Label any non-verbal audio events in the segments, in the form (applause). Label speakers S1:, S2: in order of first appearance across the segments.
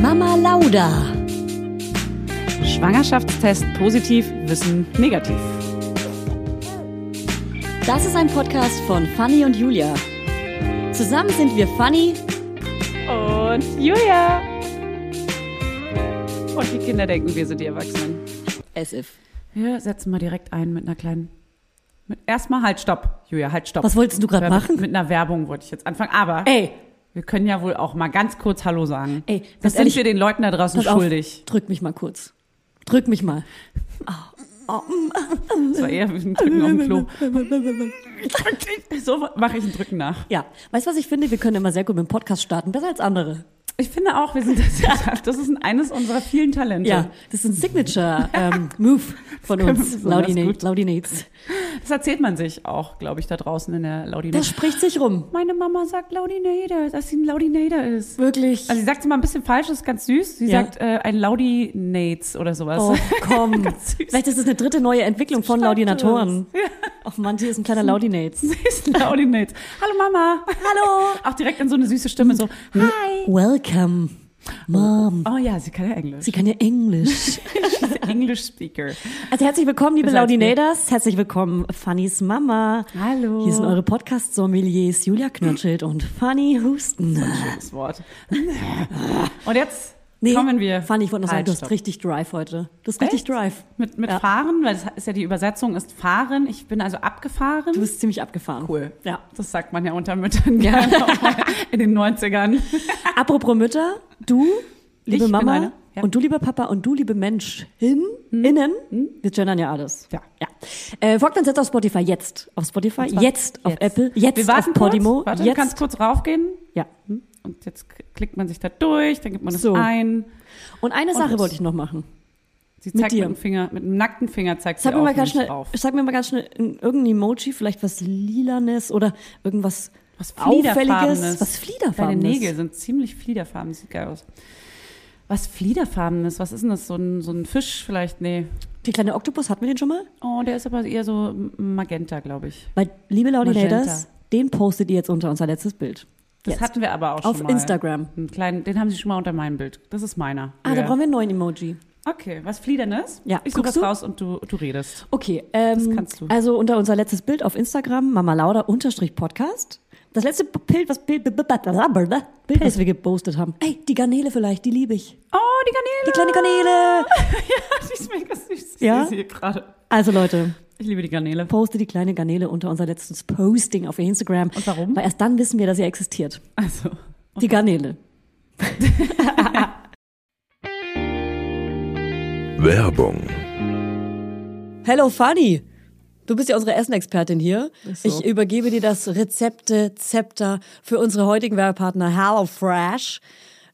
S1: Mama Lauda.
S2: Schwangerschaftstest positiv, Wissen negativ.
S1: Das ist ein Podcast von Fanny und Julia. Zusammen sind wir Fanny
S2: Und Julia! Und die Kinder denken, wir sind die Erwachsenen.
S1: as if.
S2: Wir setzen mal direkt ein mit einer kleinen. Mit erstmal halt Stopp, Julia, halt Stopp.
S1: Was wolltest du gerade
S2: Mit-
S1: machen?
S2: Mit einer Werbung wollte ich jetzt anfangen, aber
S1: Ey,
S2: wir können ja wohl auch mal ganz kurz Hallo sagen.
S1: Ey,
S2: das
S1: ganz
S2: sind
S1: ehrlich,
S2: wir den Leuten da draußen
S1: pass auf, Oh,
S2: schuldig.
S1: drück mich mal kurz. Drück mich mal.
S2: Das war eher ein Drücken auf dem
S1: (laughs)
S2: Klo. So mache ich ein Drücken nach.
S1: Ja, weißt du, was ich finde? Wir können immer sehr gut mit dem Podcast starten, besser als andere.
S2: Ich finde auch, wir sind (laughs) das, das ist ein- eines unserer vielen Talente.
S1: Ja, das ist ein (laughs) Signature-Move von
S2: können wir
S1: uns,
S2: besonders
S1: Laudinate-
S2: gut.
S1: Laudinates.
S2: Das erzählt man sich auch, glaube ich, da draußen in der Laudine.
S1: Das spricht sich rum.
S2: Meine Mama sagt Laudinator, dass sie ein Laudinator ist.
S1: Wirklich.
S2: Also sie sagt es immer ein bisschen falsch, das ist ganz süß. Sie
S1: Ja.
S2: sagt äh, ein Laudinates oder sowas.
S1: Oh, (laughs) komm.
S2: Ganz süß.
S1: Vielleicht ist es eine dritte neue Entwicklung von Laudinatoren. Ach man, hier ist ein kleiner Laudinates.
S2: (laughs) Sie ist ein Laudinates. Hallo Mama.
S1: Hallo.
S2: (laughs) Auch direkt in so eine süße Stimme so. Hi.
S1: Welcome, Mom.
S2: Oh ja, sie kann ja Englisch.
S1: Sie kann ja
S2: (laughs)
S1: Englisch.
S2: Sie ist English Speaker.
S1: Also herzlich willkommen, liebe
S2: Besser als wir.
S1: Laudinators. Herzlich willkommen, Fannys Mama.
S2: Hallo.
S1: Hier sind eure Podcast-Sommeliers Julia Knirschelt und Fanny Husten. (laughs)
S2: Schönes Wort. Und jetzt
S1: Nee,
S2: kommen wir.
S1: Fanny, ich wollte noch sagen,
S2: Halt,
S1: du hast
S2: stopp.
S1: richtig Drive heute. Du hast richtig
S2: Echt?
S1: Drive.
S2: Mit, mit
S1: Ja.
S2: fahren, weil das ist ja die Übersetzung ist fahren. Ich bin also abgefahren.
S1: Du bist ziemlich abgefahren.
S2: Cool.
S1: Ja.
S2: Das sagt man ja unter Müttern gerne auch mal in den 90ern.
S1: (laughs) Apropos Mütter, du, liebe
S2: Ich bin
S1: Mama
S2: eine, ja. Hm?
S1: und du, lieber Papa und du, liebe Mensch, hin, innen, wir gendern ja alles.
S2: Ja.
S1: ja. Äh, folgt uns jetzt auf Spotify, jetzt auf Spotify,
S2: zwar
S1: jetzt auf Apple, jetzt
S2: Wir warten
S1: auf Podimo,
S2: kurz. Warte,
S1: jetzt.
S2: du kannst kurz raufgehen.
S1: ja.
S2: Und jetzt k- klickt man sich da durch, dann gibt man das
S1: So.
S2: ein.
S1: Und eine Sache
S2: los.
S1: wollte ich noch machen.
S2: Sie
S1: Mit
S2: zeigt mit,
S1: dir.
S2: dem Finger, mit dem nackten Finger zeigt
S1: Sag
S2: sie
S1: mir,
S2: auf
S1: mal ganz
S2: mich
S1: schnell,
S2: drauf.
S1: sag mir mal ganz schnell in- irgendein Emoji, vielleicht was Lilanes oder irgendwas
S2: Was Fliederfarbenes.
S1: Auffälliges. Was
S2: Deine
S1: Fliederfarbenes.
S2: Nägel sind ziemlich fliederfarben, sieht geil aus. Was Fliederfarbenes, was ist denn das? So ein, so ein Fisch vielleicht? Nee.
S1: Der kleine Oktopus, hatten wir den schon mal?
S2: Oh, der ist aber eher so m- magenta, glaube ich.
S1: Weil, liebe Laudinators,
S2: Magenta.
S1: den postet ihr jetzt unter unser letztes Bild.
S2: Das
S1: Jetzt.
S2: hatten wir aber auch
S1: Auf
S2: schon mal.
S1: Instagram.
S2: Einen kleinen, den haben sie schon mal unter meinem Bild. Das ist meiner.
S1: Ah, da
S2: Ja.
S1: brauchen wir einen neuen Emoji.
S2: Okay, was Fliedernes?
S1: Ja,
S2: Ich suche
S1: guckst
S2: was
S1: du?
S2: raus und du, du redest.
S1: Okay, ähm,
S2: Das kannst du.
S1: also unter unser letztes Bild auf Instagram, Mama Lauda unterstrich Podcast. Das letzte Bild, was, Bild, Bild, was wir gepostet haben. Ey, die Garnele vielleicht, die liebe ich.
S2: Oh, die Garnele!
S1: Die kleine Garnele.
S2: ja, (laughs) die ist mega süß. Ich
S1: Ja?
S2: sehe sie hier gerade.
S1: Also Leute,
S2: Ich liebe die Garnele.
S1: poste die kleine Garnele unter unser letztes Posting auf Instagram.
S2: Und warum?
S1: Weil erst dann wissen wir, dass sie existiert.
S2: Also,
S1: Die Garnele.
S3: Werbung.
S1: Hello Fanny, du bist ja unsere Essenexpertin hier.
S2: so.
S1: Ich übergebe dir das Rezepte-Zepter für unsere heutigen Werbepartner HelloFresh.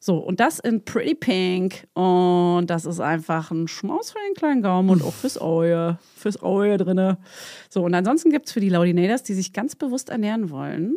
S2: So, und das in Pretty Pink. Und das ist einfach ein Schmaus für den kleinen Gaumen und auch fürs Auge. Fürs Auge drinne. So, und ansonsten gibt es für die Laudinators, die sich ganz bewusst ernähren wollen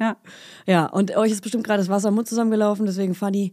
S2: Ja.
S1: Ja, und euch ist bestimmt gerade das Wasser im Mund zusammengelaufen. Deswegen, Fanny,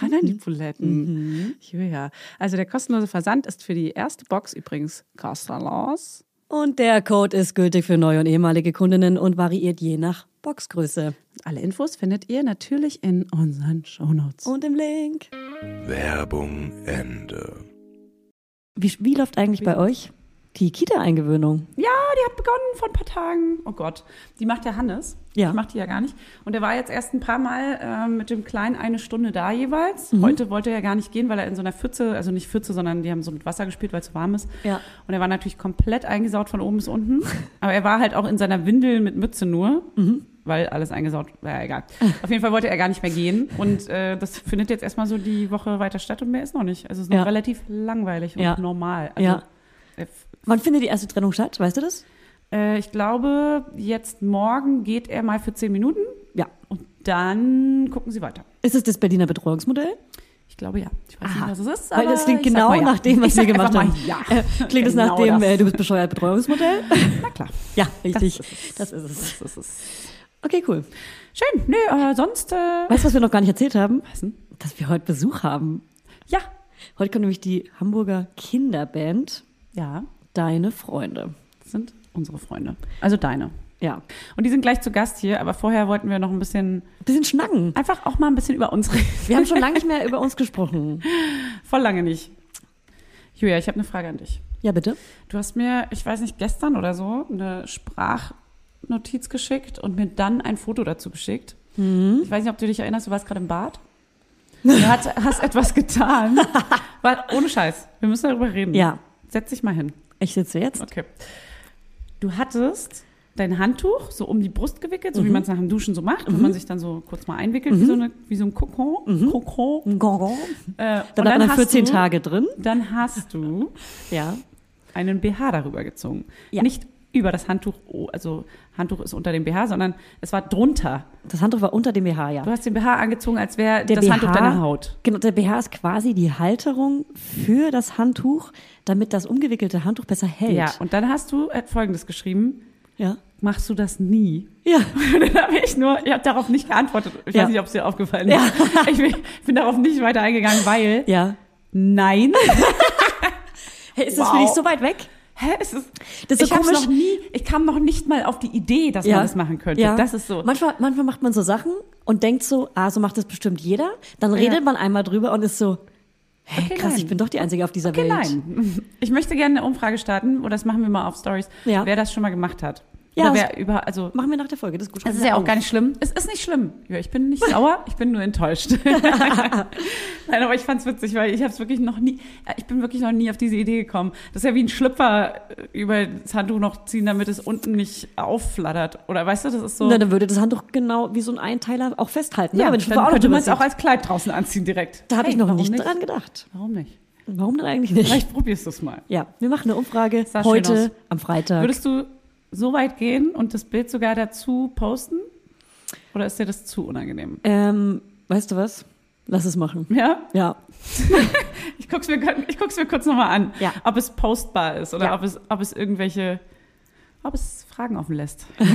S2: Ran an die
S1: Mhm.
S2: Buletten. Ja. Also der kostenlose Versand ist für die erste Box übrigens kostenlos.
S1: Und der Code ist gültig für neue und ehemalige Kundinnen und variiert je nach Boxgröße.
S2: Alle Infos findet ihr natürlich in unseren Shownotes.
S1: Und im Link.
S3: Werbung Ende.
S1: Wie, wie läuft eigentlich bei euch die Kita-Eingewöhnung?
S2: Ja, die hat begonnen vor ein paar Tagen. Oh Gott, die macht der Hannes.
S1: Ja.
S2: Ich mach die ja gar nicht. Und er war jetzt erst ein paar Mal ähm, mit dem Kleinen eine Stunde da jeweils.
S1: Mhm.
S2: Heute wollte er ja gar nicht gehen, weil er in so einer Pfütze, also nicht Pfütze, sondern die haben so mit Wasser gespielt, weil es warm ist.
S1: Ja.
S2: Und er war natürlich komplett eingesaut von oben
S1: (laughs)
S2: bis unten. Aber er war halt auch in seiner Windel mit Mütze nur.
S1: Mhm.
S2: Weil alles eingesaut war, ja, egal. Auf jeden Fall wollte er gar nicht mehr gehen. Und äh, das findet jetzt erstmal so die Woche weiter statt und mehr ist noch nicht. Also es ist noch
S1: Ja.
S2: relativ langweilig und
S1: Ja.
S2: normal. Also,
S1: Ja.
S2: er
S1: Wann findet die erste Trennung statt? Weißt du das?
S2: äh, ich glaube, jetzt morgen geht er mal für zehn Minuten
S1: Ja.
S2: und dann gucken sie weiter.
S1: Ist es das Berliner Betreuungsmodell?
S2: Ich glaube ja. Ich weiß
S1: Aha.
S2: nicht, was es ist.
S1: Weil
S2: aber
S1: das klingt
S2: ich sag
S1: genau
S2: mal ja.
S1: nach dem, was
S2: ich
S1: wir
S2: sag
S1: gemacht
S2: einfach
S1: haben.
S2: Mal, ja.
S1: (laughs) Äh, Klingt es nach
S2: Genau
S1: dem,
S2: das.
S1: äh, du bist bescheuert Betreuungsmodell?
S2: (laughs) Na klar.
S1: ja, richtig. (laughs)
S2: Das
S1: Das ist
S2: ist es.
S1: es.
S2: Das ist es.
S1: Okay, cool.
S2: Schön. Nö, äh, sonst. Äh,
S1: Weißt du, was wir noch gar nicht erzählt haben?
S2: Was denn?
S1: Dass wir heute Besuch haben.
S2: ja.
S1: Heute kommt nämlich die Hamburger Kinderband
S2: Ja.
S1: Deine Freunde.
S2: Das sind unsere Freunde. Also deine.
S1: Ja.
S2: Und die sind gleich zu Gast hier, aber vorher wollten wir noch ein bisschen,
S1: Ein bisschen schnacken.
S2: einfach auch mal ein bisschen über uns reden.
S1: Wir haben
S2: (laughs)
S1: schon lange nicht mehr über uns gesprochen.
S2: Voll lange nicht. Julia, ich habe eine Frage an dich.
S1: Ja, bitte.
S2: Du hast mir, ich weiß nicht, gestern oder so eine Sprachnotiz geschickt und mir dann ein Foto dazu geschickt. Ich weiß nicht, ob du dich erinnerst, du warst gerade im Bad. Du (laughs) hast, hast etwas getan. War, ohne Scheiß. Wir müssen darüber reden.
S1: Ja.
S2: Setz dich mal hin.
S1: Ich sitze jetzt.
S2: Okay. Du hattest dein Handtuch so um die Brust gewickelt, so wie man es nach dem Duschen so macht, wenn man sich dann so kurz mal einwickelt, wie, so eine, wie so ein Kokon. Kokon.
S1: Ein Gongon.
S2: Äh,
S1: Da bleibt man dann
S2: hast
S1: 14
S2: du,
S1: Tage drin.
S2: Dann hast du
S1: Ja.
S2: einen BH darüber gezogen.
S1: Ja.
S2: Nicht über das Handtuch, oh, also Handtuch ist unter dem BH, sondern es war drunter.
S1: Das Handtuch war unter dem BH, ja.
S2: Du hast den BH angezogen, als wäre
S1: Der
S2: das
S1: BH,
S2: Handtuch deine Haut.
S1: Genau, der BH ist quasi die Halterung für das Handtuch, damit das umgewickelte Handtuch besser hält.
S2: Ja, und dann hast du äh, Folgendes geschrieben,
S1: Ja.
S2: machst du das nie? (laughs)
S1: Ja.
S2: Und dann habe ich nur, ich habe darauf nicht geantwortet. Ich
S1: Ja.
S2: weiß nicht, ob es dir aufgefallen ist. Ich bin, bin darauf nicht weiter eingegangen, weil
S1: Ja. (laughs)
S2: nein.
S1: Hey, ist das
S2: Wow.
S1: für dich so weit weg?
S2: Hä, es ist,
S1: Das ist so
S2: ich hab's
S1: komisch.
S2: noch nie, ich kam noch nicht mal auf die Idee, dass man das machen könnte.
S1: Ja.
S2: Das ist so.
S1: Manchmal, manchmal macht man so Sachen und denkt so, ah, so macht das bestimmt jeder. Dann redet man einmal drüber und ist so, hä,
S2: Okay,
S1: krass,
S2: nein.
S1: ich bin doch die Einzige auf dieser
S2: Okay,
S1: Welt.
S2: nein. (laughs) Ich möchte gerne eine Umfrage starten, oder das machen wir mal auf Stories,
S1: Ja.
S2: wer das schon mal gemacht hat.
S1: Ja,
S2: oder
S1: das-
S2: wer über, also,
S1: Machen wir nach der Folge, das ist gut.
S2: es ist ja auch
S1: geil.
S2: gar nicht schlimm. Es ist nicht schlimm. Ja, Ich bin nicht sauer, ich bin nur enttäuscht.
S1: (laughs)
S2: (laughs) Nein, aber ich fand's witzig, weil ich habe es wirklich noch nie, äh, ich bin wirklich noch nie auf diese Idee gekommen. Das ist ja wie ein Schlüpfer äh, über das Handtuch noch ziehen, damit es unten nicht aufflattert. Oder weißt du, das ist so.
S1: Na, dann würde das Handtuch genau wie so ein Einteiler auch festhalten. ne? wenn ich
S2: dann könnte man es auch
S1: auch
S2: als Kleid draußen anziehen direkt.
S1: Da habe
S2: Hey,
S1: ich noch
S2: warum
S1: nicht, dran gedacht.
S2: Warum nicht?
S1: Warum denn eigentlich nicht?
S2: Vielleicht probierst du es mal.
S1: Ja, wir machen eine Umfrage
S2: Sah schön aus.
S1: heute am Freitag.
S2: Würdest du so weit gehen und das Bild sogar dazu posten? Oder ist dir das zu unangenehm?
S1: ähm, weißt du was? Lass es machen.
S2: Ja,
S1: Ja,
S2: ich guck's mir, ich guck's mir kurz nochmal an,
S1: Ja.
S2: ob es postbar ist oder
S1: Ja.
S2: ob, es, ob es irgendwelche, ob es Fragen offen lässt.
S1: (laughs)
S2: ob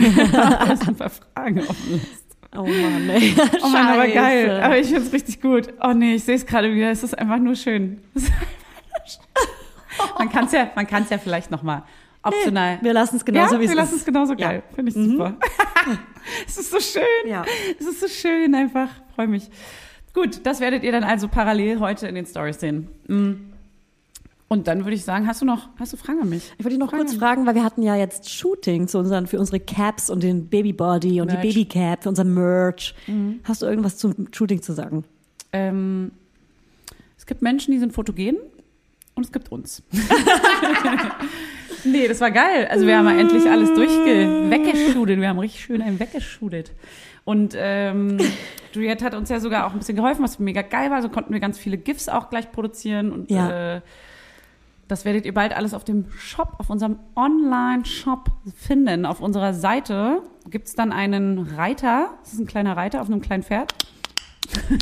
S2: es ein paar Fragen offen lässt.
S1: Oh Mann, ey.
S2: (laughs) Oh Mann, aber geil. Aber ich find's richtig gut. Oh nee, ich sehe es gerade wieder. Es ist einfach nur schön. (laughs)
S1: (laughs)
S2: Es ist einfach nur schön. Man kann's ja, man kann's ja vielleicht nochmal optional.
S1: Wir lassen es genauso
S2: ja,
S1: Genau wie es
S2: wir lassen es
S1: ist. Mhm.
S2: genauso geil. Finde ich super. (laughs) es ist so schön.
S1: Ja.
S2: Es ist so schön einfach. Freue mich. Gut, das werdet ihr dann also parallel heute in den Stories sehen. Mm. Und dann würde ich sagen, hast du noch, hast du Fragen an mich?
S1: Ich wollte dich noch
S2: Fragen
S1: kurz
S2: an-
S1: fragen, weil wir hatten ja jetzt Shooting zu unseren, für unsere Caps und den Babybody und
S2: Merch. Mhm.
S1: die Babycap, für unser Merch. Hast du irgendwas zum Shooting zu sagen?
S2: Ähm, es gibt Menschen, die sind fotogen und es gibt uns. nee, das war geil. Also wir haben ja endlich alles durchge weggeschudet. Wir haben richtig schön einen weggeschudet. Und ähm, Juliette hat uns ja sogar auch ein bisschen geholfen, was mega geil war. So konnten wir ganz viele GIFs auch gleich produzieren. Und
S1: Ja.
S2: äh, das werdet ihr bald alles auf dem Shop, auf unserem Online-Shop finden. Auf unserer Seite gibt es dann einen Reiter. Das ist ein kleiner Reiter auf einem kleinen Pferd. (laughs)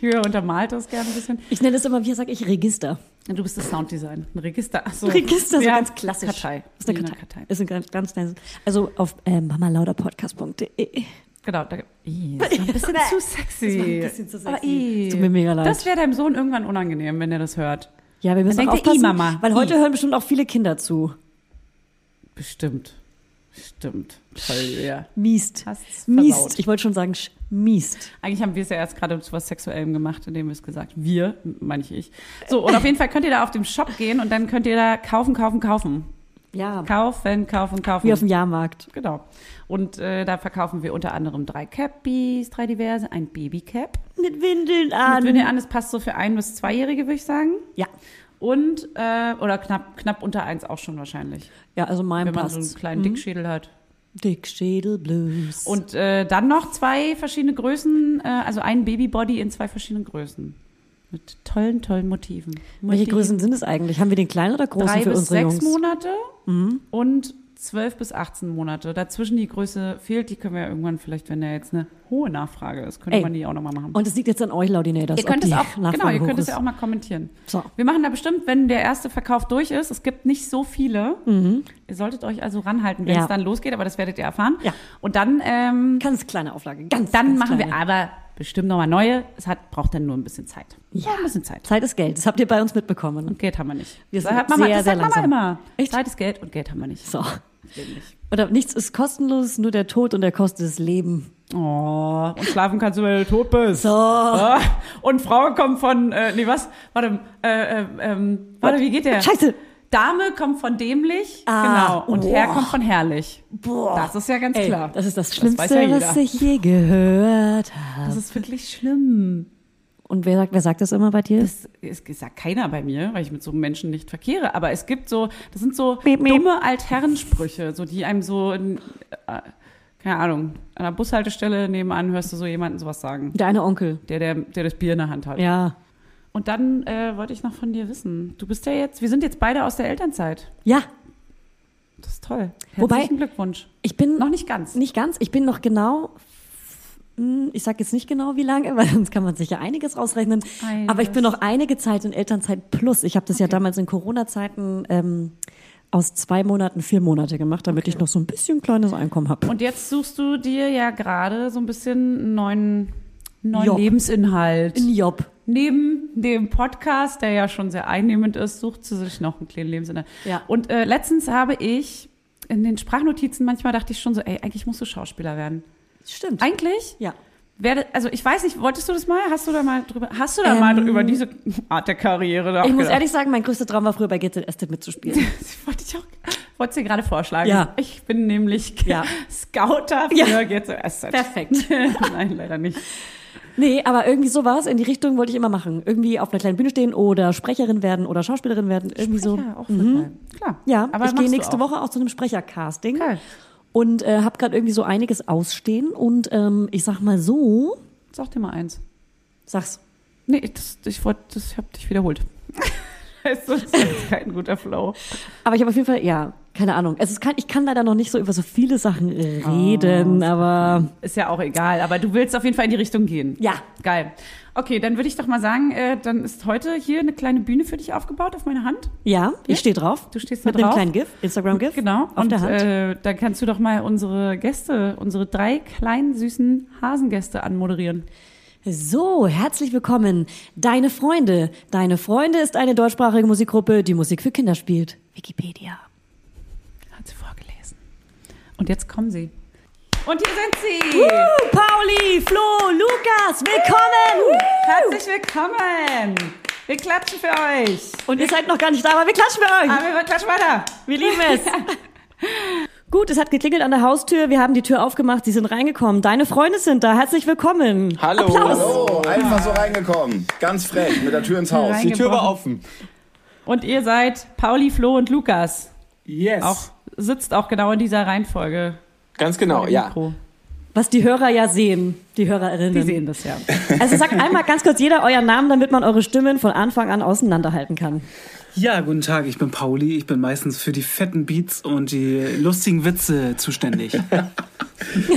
S2: Julia untermalt das gerne ein bisschen.
S1: Ich nenne es immer, wie sage ich, Register.
S2: Du bist das Sounddesign. Ein Register. Ach so.
S1: Register, so
S2: Ja,
S1: ganz klassisch.
S2: Kartei.
S1: Ist eine
S2: Ja,
S1: Kartei. Ist ein ganz, ganz nice. Also auf äh, mamalauderpodcast.de.
S2: Genau. Da,
S1: (laughs)
S2: Ih, das war ein bisschen zu sexy.
S1: war ein bisschen zu sexy.
S2: Aber ih.
S1: Es tut mir mega leid.
S2: Das wäre deinem Sohn irgendwann unangenehm, wenn er das hört.
S1: Ja, wir müssen
S2: Dann
S1: auch
S2: denkt er, "Ih,
S1: aufpassen,
S2: Mama,
S1: weil
S2: ih."
S1: heute hören bestimmt auch viele Kinder zu.
S2: Bestimmt. Stimmt. Toll, ja.
S1: Miest.
S2: Hast's versaut.
S1: Miest. Ich wollte schon sagen, sch- miest.
S2: Eigentlich haben wir es ja erst gerade zu was Sexuellem gemacht, indem wir es gesagt Wir, meine ich ich. So, und auf jeden Fall könnt ihr da auf dem Shop gehen und dann könnt ihr da kaufen, kaufen, kaufen.
S1: Ja,
S2: Kaufen, kaufen, kaufen.
S1: wie auf dem Jahrmarkt.
S2: Genau. Und äh, da verkaufen wir unter anderem drei Cappies, drei diverse, ein Babycap.
S1: Mit Windeln an.
S2: Mit Windeln an, das passt so für ein- bis zweijährige, würde ich sagen.
S1: Ähm. Ja.
S2: Und, äh, oder knapp, knapp unter eins auch schon wahrscheinlich,
S1: Ja, also meinem
S2: wenn man so einen
S1: passt.
S2: kleinen Dickschädel hat.
S1: Dickschädel Blues.
S2: Und äh, dann noch zwei verschiedene Größen, äh, also ein Babybody in zwei verschiedenen Größen. Mit tollen, tollen Motiven.
S1: Welche
S2: Motiven.
S1: Größen sind es eigentlich? Haben wir den kleinen oder großen
S2: Drei
S1: für
S2: bis
S1: unsere
S2: sechs
S1: Jungs? Mhm.
S2: Monate und zwölf bis 18 Monate. Dazwischen die Größe fehlt, die können wir ja irgendwann vielleicht, wenn da jetzt eine hohe Nachfrage ist, könnte
S1: Ey.
S2: man die auch nochmal machen.
S1: Und es liegt jetzt an euch, Laudinators.
S2: Ihr
S1: ob
S2: könnt es
S1: die
S2: auch, genau,
S1: Nachfrage
S2: ihr könnt
S1: hoch
S2: es ja
S1: ist.
S2: auch mal kommentieren.
S1: So.
S2: Wir machen da bestimmt, wenn der erste Verkauf durch ist, es gibt nicht so viele. Ihr solltet euch also ranhalten, wenn
S1: Mhm. Ja.
S2: es dann losgeht, aber das werdet ihr erfahren.
S1: Ja.
S2: Und dann, ähm,
S1: Ganz kleine Auflage. Ganz,
S2: dann
S1: ganz
S2: machen
S1: kleine.
S2: wir aber bestimmt nochmal neue. Es hat, braucht dann nur ein bisschen Zeit. Ja. Ein bisschen Zeit.
S1: Zeit ist Geld. Das habt ihr bei uns mitbekommen.
S2: Geld haben wir nicht.
S1: Wir sind
S2: hat Mama,
S1: sehr,
S2: das
S1: sehr
S2: sagt Mama
S1: langsam.
S2: immer.
S1: Echt?
S2: Zeit ist Geld und Geld haben wir nicht.
S1: So.
S2: Eben nicht.
S1: Oder nichts ist kostenlos, nur der Tod und der kostet das Leben.
S2: Oh, und schlafen kannst du, wenn du tot bist.
S1: So.
S2: Ah, Und Frau kommt von, äh, nee, was? Warte, äh, äh, ähm, warte, wie geht der?
S1: Scheiße.
S2: Dame kommt von dämlich,
S1: Ah,
S2: genau, und
S1: boah.
S2: Herr kommt von herrlich.
S1: Boah.
S2: Das ist ja ganz
S1: Ey,
S2: klar.
S1: Das ist das
S2: weiß
S1: Schlimmste,
S2: ja jeder.
S1: was ich je gehört habe.
S2: Das ist wirklich schlimm.
S1: Und wer sagt, wer sagt das immer bei dir?
S2: Das, es sagt keiner bei mir, weil ich mit so einem Menschen nicht verkehre, aber es gibt so, das sind so
S1: Miep, miep.
S2: dumme Altherrensprüche, so die einem so, in, äh, keine Ahnung, an der Bushaltestelle nebenan hörst du so jemanden sowas sagen,
S1: der eine Onkel.
S2: der, der, der das Bier in der Hand hat.
S1: Ja.
S2: Und dann äh, wollte ich noch von dir wissen. Du bist ja jetzt, wir sind jetzt beide aus der Elternzeit.
S1: Ja,
S2: Das ist toll. Herzlichen
S1: Wobei-
S2: Glückwunsch.
S1: ich bin
S2: Noch nicht ganz.
S1: Nicht ganz. Ich bin noch genau. hm, Ich sage jetzt nicht genau, wie lange, (laughs) weil sonst kann man sich ja einiges ausrechnen.
S2: Einiges.
S1: Aber ich bin noch einige Zeit in Elternzeit plus. Ich habe das ja damals in Corona-Zeiten ähm, aus zwei Monaten vier Monate gemacht, damit ich noch so ein bisschen kleines Einkommen habe.
S2: Und jetzt suchst du dir ja gerade so ein bisschen einen neuen, neuen
S1: Job.
S2: Lebensinhalt.
S1: Ein Job.
S2: Neben dem Podcast, der ja schon sehr einnehmend ist, sucht sie sich noch einen kleinen Lebensinhalt.
S1: Ja.
S2: Und äh, letztens habe ich in den Sprachnotizen manchmal dachte ich schon so, ey, eigentlich musst du Schauspieler werden.
S1: Stimmt.
S2: Eigentlich?
S1: ja.
S2: Werde, also ich weiß nicht, wolltest du das mal? Hast du da mal drüber, hast du da mal
S1: Ähm,
S2: über diese Art der Karriere da
S1: Ich muss ehrlich sagen, mein größter Traum war früher bei GZS-Tipp
S2: (laughs)
S1: mitzuspielen.
S2: Das wollte ich auch, wollte es dir gerade vorschlagen.
S1: Ja.
S2: Ich bin nämlich
S1: (laughs) Ja.
S2: Scouter für
S1: Ja.
S2: GZS.
S1: Perfekt.
S2: (laughs) Nein, leider nicht.
S1: Nee, aber irgendwie sowas in die Richtung wollte ich immer machen. Irgendwie auf einer kleinen Bühne stehen oder Sprecherin werden oder Schauspielerin werden. Irgendwie so.
S2: Ja, auch mhm. Klar.
S1: Ja,
S2: aber
S1: ich gehe
S2: machst du
S1: nächste
S2: auch.
S1: Woche auch zu einem Sprechercasting
S2: Geil.
S1: und äh, habe gerade irgendwie so einiges ausstehen und ähm, ich sag mal so,
S2: Sag dir mal eins.
S1: sag's.
S2: Nee, das, ich wollte, das hab dich wiederholt. (laughs) Weißt du, das ist jetzt kein guter Flow.
S1: Aber ich habe auf jeden Fall, ja, keine Ahnung. Es ist kein, ich kann leider noch nicht so über so viele Sachen reden, aber
S2: Oh, Ist ja auch egal, aber du willst auf jeden Fall in die Richtung gehen.
S1: ja,
S2: Geil. Okay, dann würde ich doch mal sagen, äh, dann ist heute hier eine kleine Bühne für dich aufgebaut auf meine Hand.
S1: ja, ich stehe drauf.
S2: Du stehst da
S1: Mit einem
S2: drauf.
S1: kleinen GIF, Instagram-GIF.
S2: Genau.
S1: Auf
S2: und
S1: der Hand.
S2: Äh, dann kannst du doch mal unsere Gäste, unsere drei kleinen süßen Hasengäste anmoderieren.
S1: So, herzlich willkommen. Deine Freunde. Deine Freunde ist eine deutschsprachige Musikgruppe, die Musik für Kinder spielt. Wikipedia.
S2: Hat sie vorgelesen. Und jetzt kommen sie. Und hier sind sie.
S1: Woo, Pauli, Flo, Lukas, willkommen!
S2: Herzlich willkommen. Wir klatschen für euch.
S1: Und ihr seid noch gar nicht da, aber wir klatschen für euch.
S2: Aber wir klatschen weiter.
S1: Wir lieben (laughs) es. Gut, es hat geklingelt an der Haustür. Wir haben die Tür aufgemacht. Sie sind reingekommen. Deine Freunde sind da. Herzlich willkommen.
S4: Hallo.
S1: Applaus.
S5: Hallo, Oh, einfach so reingekommen. Ganz frech, mit der Tür ins Haus.
S4: Die Tür war offen.
S2: Und ihr seid Pauli, Flo und Lukas.
S4: Yes.
S2: Auch, sitzt auch genau in dieser Reihenfolge.
S4: Ganz genau,
S2: im
S4: ja.
S2: Mikro.
S1: Was die Hörer ja sehen, die Hörerinnen.
S2: Die sehen das ja.
S1: Also sagt einmal ganz kurz jeder euren Namen, damit man eure Stimmen von Anfang an auseinanderhalten kann.
S6: Ja, guten Tag, ich bin Pauli. Ich bin meistens für die fetten Beats und die lustigen Witze (laughs) zuständig.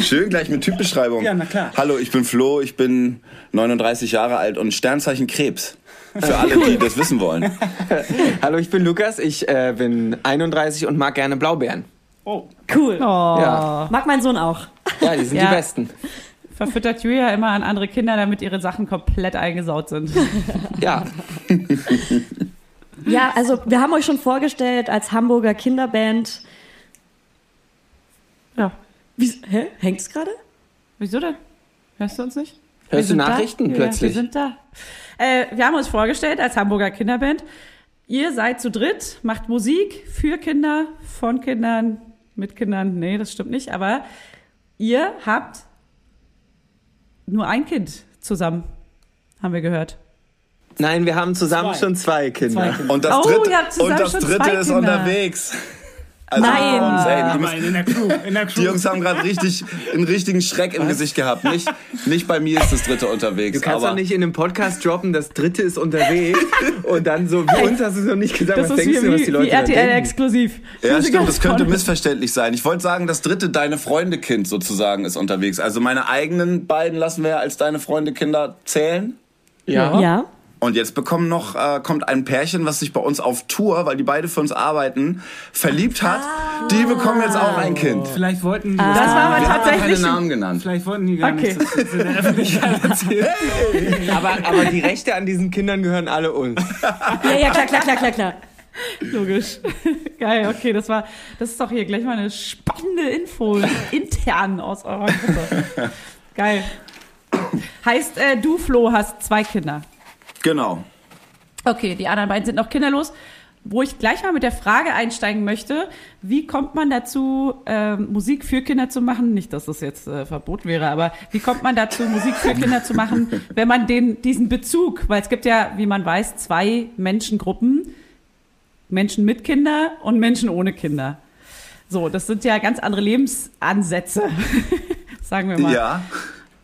S5: Schön gleich mit Typbeschreibung.
S6: Ja, na klar.
S5: Hallo, ich bin Flo, ich bin 39 Jahre alt und Sternzeichen Krebs. Für alle, die das wissen wollen.
S4: Hallo, ich bin Lukas. Ich äh, bin 31 und mag gerne Blaubeeren.
S1: Cool.
S2: Oh.
S4: Ja.
S1: Mag mein Sohn auch.
S4: ja, die sind
S2: Ja.
S4: die besten.
S2: Verfüttert Julia immer an andere Kinder, damit ihre Sachen komplett eingesaut sind.
S4: Ja,
S1: Ja, also wir haben euch schon vorgestellt als Hamburger Kinderband.
S2: Ja.
S1: Wie, hä? Hängt's gerade?
S2: Wieso denn? Hörst du uns nicht? Wir
S4: hörst du
S2: sind da,
S4: Nachrichten
S2: Julia,
S4: plötzlich?
S2: Wir sind da. Äh, wir haben uns vorgestellt als Hamburger Kinderband. Ihr seid zu dritt, macht Musik für Kinder, von Kindern, mit Kindern. Nee, das stimmt nicht. Aber ihr habt nur ein Kind zusammen, haben wir gehört.
S4: Nein, wir haben zusammen schon zwei Kinder.
S5: Und das
S2: Oh,
S5: dritte,
S2: ihr habt zusammen
S5: und das
S2: schon
S5: dritte
S2: zwei
S5: ist
S2: Kinder.
S5: unterwegs. Also,
S1: Nein.
S5: Wahnsinn. Die, müssen,
S6: Nein, in der Crew, in der
S5: die
S6: Crew.
S5: Jungs haben gerade richtig einen richtigen Schreck im Gesicht gehabt. Nicht, nicht bei mir ist das dritte unterwegs.
S4: Du kannst
S5: aber
S4: doch nicht in einem Podcast droppen, das dritte
S2: (laughs)
S4: ist unterwegs und dann so, wie uns hast du es noch nicht gesagt,
S2: Das
S4: was
S2: ist
S4: denkst
S2: wie,
S4: du, was die
S2: wie, wie
S4: Leute da
S2: RTL
S4: denken?
S2: exklusiv.
S5: Ja,
S2: Muss ich
S5: stimmt,
S2: ganz
S5: das könnte
S2: vorne-
S5: missverständlich sein. Ich wollte sagen, das dritte deine Freunde-Kind sozusagen ist unterwegs. Also meine eigenen beiden lassen wir als deine Freunde-Kinder zählen.
S4: Ja.
S1: Ja.
S5: Und jetzt bekommen noch, äh, kommt ein Pärchen, was sich bei uns auf Tour, weil die beide für uns arbeiten, verliebt hat.
S2: Ah.
S5: Die bekommen jetzt auch ein Kind.
S6: Vielleicht wollten die,
S2: Das war aber
S5: Wir haben aber keine
S2: tatsächlich.
S5: Namen genannt.
S6: vielleicht wollten die gar
S2: Okay.
S6: nicht, dass das in der Öffentlichkeit erzählt.
S4: Aber, aber die Rechte an diesen Kindern gehören alle uns.
S1: Ja, ja, klar, klar, klar, klar, klar.
S2: Logisch. (laughs) Geil, okay, das war, das ist doch hier gleich mal eine spannende Info intern aus eurer Gruppe. Geil. Heißt, äh, du, Flo, hast zwei Kinder.
S5: Genau.
S2: Okay, die anderen beiden sind noch kinderlos. Wo ich gleich mal mit der Frage einsteigen möchte, wie kommt man dazu, ähm, Musik für Kinder zu machen? Nicht, dass das jetzt äh, verboten wäre, aber wie kommt man dazu, Musik für Kinder zu machen, wenn man den, diesen Bezug, weil es gibt ja, wie man weiß, zwei Menschengruppen, Menschen mit Kinder und Menschen ohne Kinder. So, das sind ja ganz andere Lebensansätze, (laughs) sagen wir mal.
S5: Ja.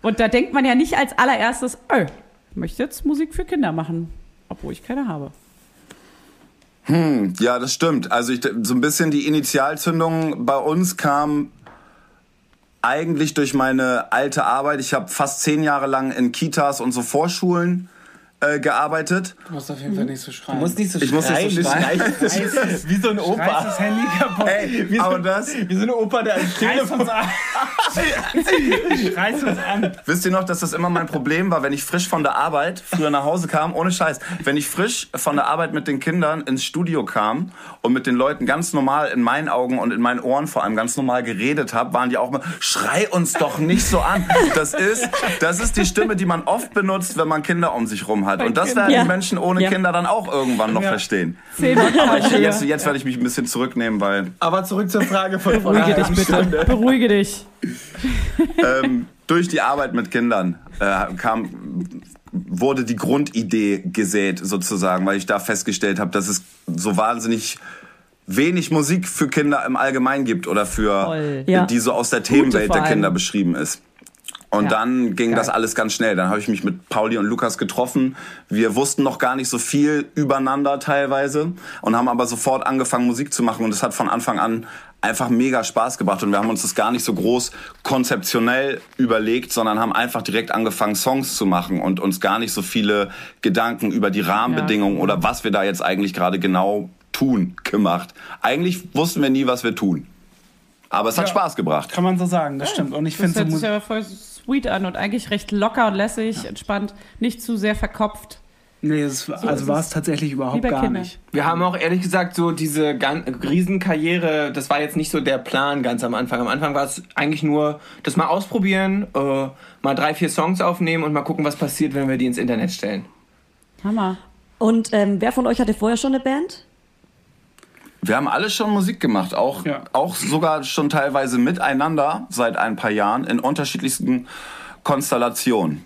S2: Und da denkt man ja nicht als allererstes, oh, ich möchte jetzt Musik für Kinder machen, obwohl ich keine habe.
S5: Ja, das stimmt. Also ich, so ein bisschen die Initialzündung bei uns kam eigentlich durch meine alte Arbeit. Ich habe fast zehn Jahre lang in Kitas und so Vorschulen äh, gearbeitet.
S6: Du musst auf jeden Fall nicht so schreien.
S4: Du musst nicht so
S5: Ich muss nicht so
S4: schreien.
S5: schreien. (laughs)
S4: Wie so ein
S6: Reiß
S4: Opa.
S6: das Handy
S4: (laughs)
S6: kaputt.
S5: Ey, aber das,
S4: Wie so ein Opa, der ein
S6: Reiß
S4: Telefon...
S6: uns an. Reiß uns an.
S5: Wisst ihr noch, dass das immer mein Problem war, wenn ich frisch von der Arbeit früher nach Hause kam, ohne Scheiß, wenn ich frisch von der Arbeit mit den Kindern ins Studio kam und mit den Leuten ganz normal in meinen Augen und in meinen Ohren vor allem ganz normal geredet habe, waren die auch immer, schrei uns doch nicht so an. Das ist, das ist die Stimme, die man oft benutzt, wenn man Kinder um sich rum hat. Und das werden
S1: Ja.
S5: die Menschen ohne
S1: Ja.
S5: Kinder dann auch irgendwann noch verstehen.
S2: Zehnmal
S5: Aber ich, jetzt, jetzt werde ich mich ein bisschen zurücknehmen, weil
S4: Aber zurück zur Frage von vor einer
S2: Beruhige dich
S4: halben Stunde.
S2: bitte. Beruhige dich.
S5: ähm, durch die Arbeit mit Kindern äh, kam, wurde die Grundidee gesät sozusagen, weil ich da festgestellt habe, dass es so wahnsinnig wenig Musik für Kinder im Allgemeinen gibt oder für
S2: Voll.
S1: Ja.
S5: die so aus der Themenwelt
S2: vor
S5: der Kinder
S2: allem.
S5: beschrieben ist. Und
S2: Ja.
S5: dann ging das alles ganz schnell. Dann habe ich mich mit Pauli und Lukas getroffen. Wir wussten noch gar nicht so viel übereinander teilweise und haben aber sofort angefangen, Musik zu machen. Und es hat von Anfang an einfach mega Spaß gebracht. Und wir haben uns das gar nicht so groß konzeptionell überlegt, sondern haben einfach direkt angefangen, Songs zu machen und uns gar nicht so viele Gedanken über die Rahmenbedingungen oder was wir da jetzt eigentlich gerade genau tun gemacht. Eigentlich wussten wir nie, was wir tun. Aber es hat Spaß gebracht.
S6: Kann man so sagen, das stimmt. Und ich
S2: Das
S6: finde so
S2: hört sich
S6: Musik.
S2: aber voll sweet an und eigentlich recht locker und lässig, entspannt, nicht zu sehr verkopft.
S6: Nee, es, also war es tatsächlich überhaupt
S2: Lieber
S6: gar
S2: Kinder.
S6: nicht.
S4: Wir haben auch ehrlich gesagt so diese gan- Riesenkarriere, das war jetzt nicht so der Plan ganz am Anfang. Am Anfang war es eigentlich nur das mal ausprobieren, äh, mal drei, vier Songs aufnehmen und mal gucken, was passiert, wenn wir die ins Internet stellen.
S2: Hammer.
S1: Und ähm, wer von euch hatte vorher schon eine Band?
S5: Wir haben alle schon Musik gemacht, auch,
S6: Ja.
S5: auch sogar schon teilweise miteinander seit ein paar Jahren in unterschiedlichsten Konstellationen.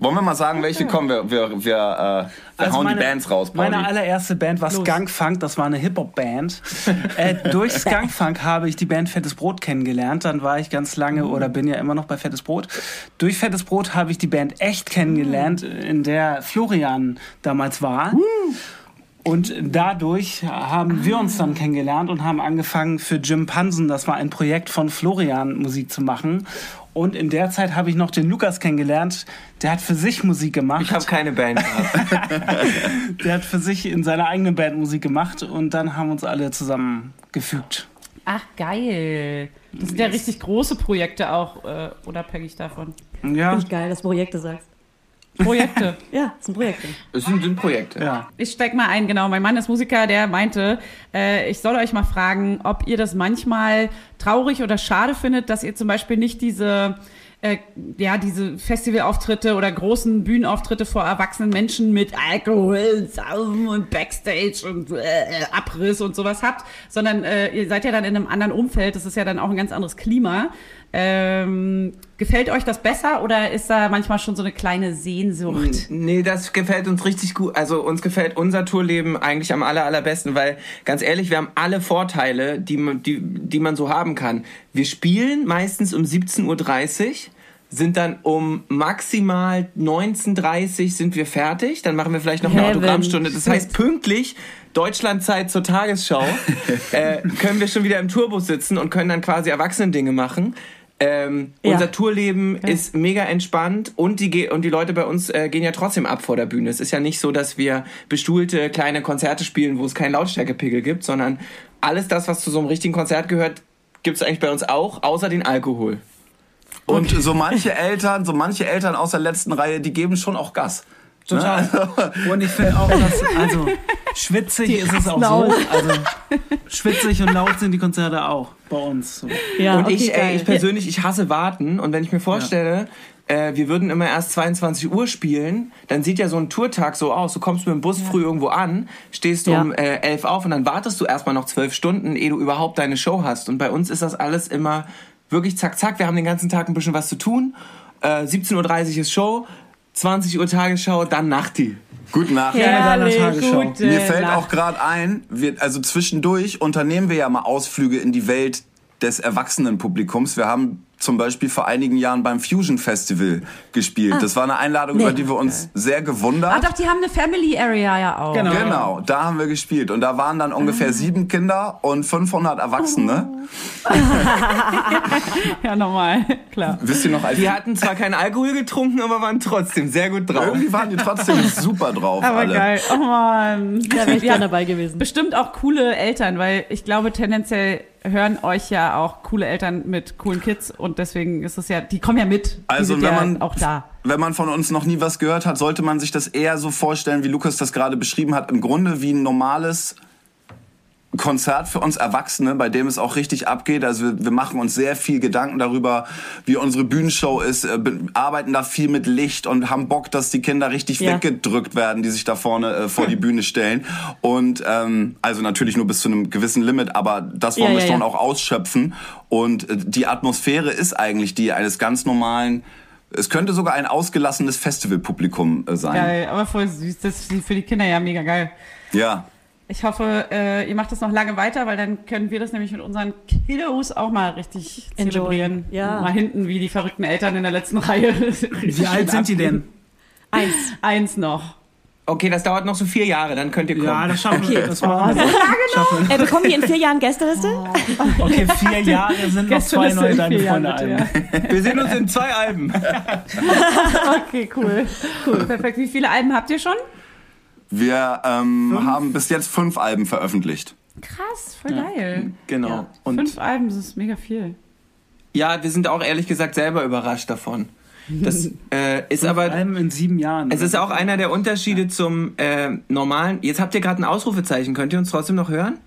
S5: Wollen wir mal sagen, welche kommen wir? Wir, wir, äh, wir hauen die Bands raus, Pauli.
S6: Also Meine allererste Band war Skunk Funk, das war eine Hip-Hop-Band. äh, durch Skunk Funk habe ich die Band Fettes Brot kennengelernt. Dann war ich ganz lange oder bin ja immer noch bei Fettes Brot. Durch Fettes Brot habe ich die Band Echt kennengelernt, in der Florian damals war. Und dadurch haben wir uns dann kennengelernt und haben angefangen für Jim Pansen, das war ein Projekt von Florian, Musik zu machen. Und in der Zeit habe ich noch den Lukas kennengelernt, der hat für sich Musik gemacht.
S4: Ich habe keine Band gehabt.
S6: Der hat für sich in seiner eigenen Band Musik gemacht und dann haben uns alle zusammengefügt.
S2: Ach, geil. Das sind ja richtig große Projekte auch, äh, unabhängig davon.
S6: Ja,
S1: Finde ich geil, dass du Projekte sagst.
S2: (laughs) Projekte.
S1: Ja, ist ein Projekt.
S4: Es sind, sind Projekte.
S6: ja.
S2: Ich steig mal ein, genau. Mein Mann ist Musiker, der meinte, äh, ich soll euch mal fragen, ob ihr das manchmal traurig oder schade findet, dass ihr zum Beispiel nicht diese, äh, ja, diese Festivalauftritte oder großen Bühnenauftritte vor erwachsenen Menschen mit Alkohol, Saufen und Backstage und äh, Abriss und sowas habt, sondern äh, ihr seid ja dann in einem anderen Umfeld. Das ist ja dann auch ein ganz anderes Klima. Ähm, gefällt euch das besser oder ist da manchmal schon so eine kleine Sehnsucht?
S4: Nee, das gefällt uns richtig gut. Also uns gefällt unser Tourleben eigentlich am aller, allerbesten, weil ganz ehrlich, wir haben alle Vorteile, die, man- die, die man so haben kann. Wir spielen meistens um 17.30 Uhr, sind dann um maximal 19.30 Uhr sind wir fertig, dann machen wir vielleicht noch eine
S1: Heaven.
S4: Autogrammstunde. Das
S1: (laughs)
S4: heißt pünktlich. Deutschlandzeit zur Tagesschau
S1: (laughs)
S4: äh, können wir schon wieder im Tourbus sitzen und können dann quasi Erwachsenendinge machen. Ähm,
S1: Ja.
S4: Unser Tourleben ist mega entspannt und die, ge- und die Leute bei uns äh, gehen ja trotzdem ab vor der Bühne. Es ist ja nicht so, dass wir bestuhlte kleine Konzerte spielen, wo es keinen Lautstärkepegel gibt, sondern alles das, was zu so einem richtigen Konzert gehört, gibt's eigentlich bei uns auch, außer den Alkohol.
S5: Und so manche Eltern, so manche Eltern aus der letzten Reihe, die geben schon auch Gas.
S6: Total. Und ich finde auch, dass, also schwitzig ist es auch so. Also schwitzig und laut sind die Konzerte auch bei uns. So.
S1: Ja,
S4: und ich, ey,
S1: geil.
S4: ich persönlich, ich hasse warten. Und wenn ich mir vorstelle, äh, wir würden immer erst 22 Uhr spielen, dann sieht ja so ein Tourtag so aus. Du kommst mit dem Bus früh irgendwo an, stehst du
S1: Ja.
S4: um äh, 11 auf und dann wartest du erstmal noch 12 Stunden, ehe du überhaupt deine Show hast. Und bei uns ist das alles immer wirklich zack, zack. Wir haben den ganzen Tag ein bisschen was zu tun. Äh, 17.30 Uhr ist Show, 20 Uhr Tagesschau, dann Nachti.
S5: Gute Nachricht.
S6: Herrlich,
S2: gute
S5: Mir fällt auch gerade ein, wir, also zwischendurch unternehmen wir ja mal Ausflüge in die Welt des Erwachsenenpublikums. Wir haben zum Beispiel vor einigen Jahren beim Fusion Festival gespielt. das war eine Einladung, über die wir uns sehr
S2: Ah,
S5: gewundert
S2: doch, die haben eine Family Area ja auch.
S6: Genau.
S5: Genau, da haben wir gespielt. Und da waren dann ungefähr
S2: Ah.
S5: sieben Kinder und 500 Erwachsene.
S2: (laughs) Oh. Ja, normal, klar.
S5: Wisst ihr noch, als
S4: Wir hatten zwar keinen Alkohol getrunken, aber waren trotzdem sehr gut (laughs) drauf.
S5: irgendwie waren die trotzdem super drauf
S2: Aber
S5: alle.
S2: geil. Oh Mann.
S1: (laughs) Da wäre ich gerne dabei gewesen.
S2: Bestimmt auch coole Eltern, weil ich glaube, tendenziell hören euch ja auch coole Eltern mit coolen Kids und deswegen ist es ja, die kommen ja mit. Die
S5: Also
S2: sind
S5: wenn
S2: ja
S5: man
S2: auch da.
S5: wenn man von uns noch nie was gehört hat, sollte man sich das eher so vorstellen, wie Lukas das gerade beschrieben hat, im Grunde wie ein normales Konzert für uns Erwachsene, bei dem es auch richtig abgeht. Also wir, wir machen uns sehr viel Gedanken darüber, wie unsere Bühnenshow ist, äh, be- arbeiten da viel mit Licht und haben Bock, dass die Kinder richtig
S1: Ja.
S5: weggedrückt werden, die sich da vorne äh,
S1: (laughs)
S5: vor die Bühne stellen. Und ähm, also natürlich nur bis zu einem gewissen Limit, aber das wollen
S1: Ja,
S5: wir
S1: ja,
S5: schon
S1: ja.
S5: auch ausschöpfen. Und äh, die Atmosphäre ist eigentlich die eines ganz normalen, es könnte sogar ein ausgelassenes Festivalpublikum äh, sein.
S2: Geil, aber voll süß. Das ist für die Kinder ja mega geil.
S5: Ja.
S2: Ich hoffe, äh, ihr macht das noch lange weiter, weil dann können wir das nämlich mit unseren Kiddos auch mal richtig
S1: Enjoy.
S2: zelebrieren.
S1: Ja.
S2: Mal hinten wie die verrückten Eltern in der letzten (laughs) Reihe.
S6: Wie alt sind die denn?
S1: Eins.
S2: Eins noch.
S4: Okay, das dauert noch so vier Jahre, dann könnt ihr kommen.
S6: Ja, das schaffen wir. Das machen wir. Schaffen
S1: Ey, bekommen Äh, wir in vier Jahren Gästeliste?
S6: wir. Okay, vier Jahre sind noch zwei
S2: Gästeliste
S6: neue
S2: in
S6: deine
S2: vier Jahren,
S6: Freunde
S2: bitte,
S6: ein.
S4: Wir sehen uns in zwei Alben.
S2: Okay, cool. (laughs) cool. Perfekt. Wie viele Alben habt ihr schon?
S5: Wir ähm, haben bis jetzt fünf Alben veröffentlicht.
S2: Krass, voll geil.
S4: Genau. Und
S2: Fünf Alben, das ist mega viel.
S4: ja, wir sind auch ehrlich gesagt selber überrascht davon. Das äh, ist
S6: Vor
S4: aber.
S6: allem in sieben Jahren.
S4: Es ist auch einer der Unterschiede zum äh, normalen. Jetzt habt ihr gerade ein Ausrufezeichen. Könnt ihr uns trotzdem noch hören?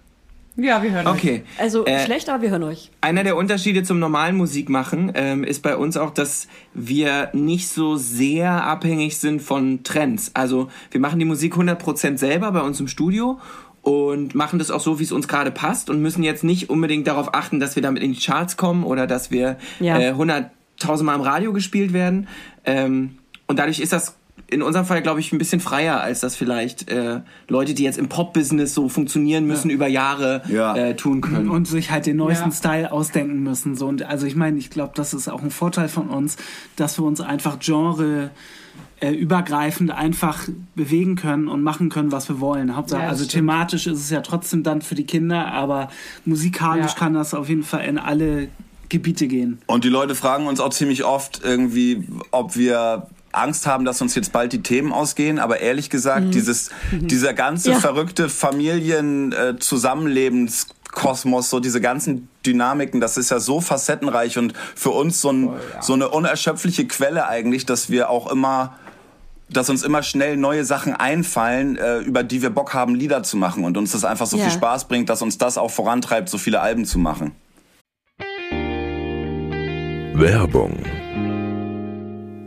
S7: Ja, wir hören. euch.
S4: Okay.
S8: Also
S4: Äh,
S8: schlecht, aber wir hören euch.
S4: Einer der Unterschiede zum normalen Musikmachen ähm, ist bei uns auch, dass wir nicht so sehr abhängig sind von Trends. Also wir machen die Musik 100% selber bei uns im Studio und machen das auch so, wie es uns gerade passt und müssen jetzt nicht unbedingt darauf achten, dass wir damit in die Charts kommen oder dass wir
S8: Ja.
S4: äh, 100.000 Mal im Radio gespielt werden. Ähm, und dadurch ist das in unserem Fall, glaube ich, ein bisschen freier, als das vielleicht äh, Leute, die jetzt im Pop-Business so funktionieren müssen, über Jahre
S5: Ja.
S4: äh, tun können.
S6: und sich halt den neuesten
S7: Ja.
S6: Style ausdenken müssen. So. Und also ich meine, ich glaube, das ist auch ein Vorteil von uns, dass wir uns einfach genre äh, übergreifend einfach bewegen können und machen können, was wir wollen. Hauptsache,
S7: Ja, das
S6: also
S7: stimmt.
S6: thematisch ist es ja trotzdem dann für die Kinder, aber musikalisch
S7: Ja.
S6: kann das auf jeden Fall in alle Gebiete gehen.
S5: Und die Leute fragen uns auch ziemlich oft irgendwie, ob wir Angst haben, dass uns jetzt bald die Themen ausgehen. Aber ehrlich gesagt, dieses, dieser ganze
S8: Ja.
S5: verrückte Familien-Zusammenlebenskosmos, so diese ganzen Dynamiken, das ist ja so facettenreich und für uns so, ein, so eine unerschöpfliche Quelle eigentlich, dass wir auch immer dass uns immer schnell neue Sachen einfallen, äh, über die wir Bock haben, Lieder zu machen und uns das einfach so
S8: Ja.
S5: viel Spaß bringt, dass uns das auch vorantreibt, so viele Alben zu machen.
S3: Werbung,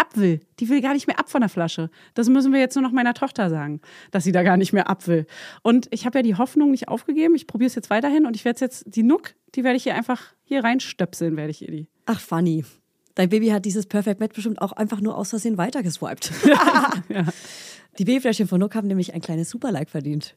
S7: ab will. Die will gar nicht mehr ab von der Flasche. Das müssen wir jetzt nur noch meiner Tochter sagen, dass sie da gar nicht mehr ab will. Und ich habe ja die Hoffnung nicht aufgegeben. Ich probiere es jetzt weiterhin und ich werde jetzt die Nuck, die werde ich hier einfach hier reinstöpseln, werde ich ihr die.
S8: Ach, funny. Dein Baby hat dieses Perfect Match bestimmt auch einfach nur aus Versehen weitergeswiped. (laughs) Die Babyfläschchen von Nook haben nämlich ein kleines Superlike verdient.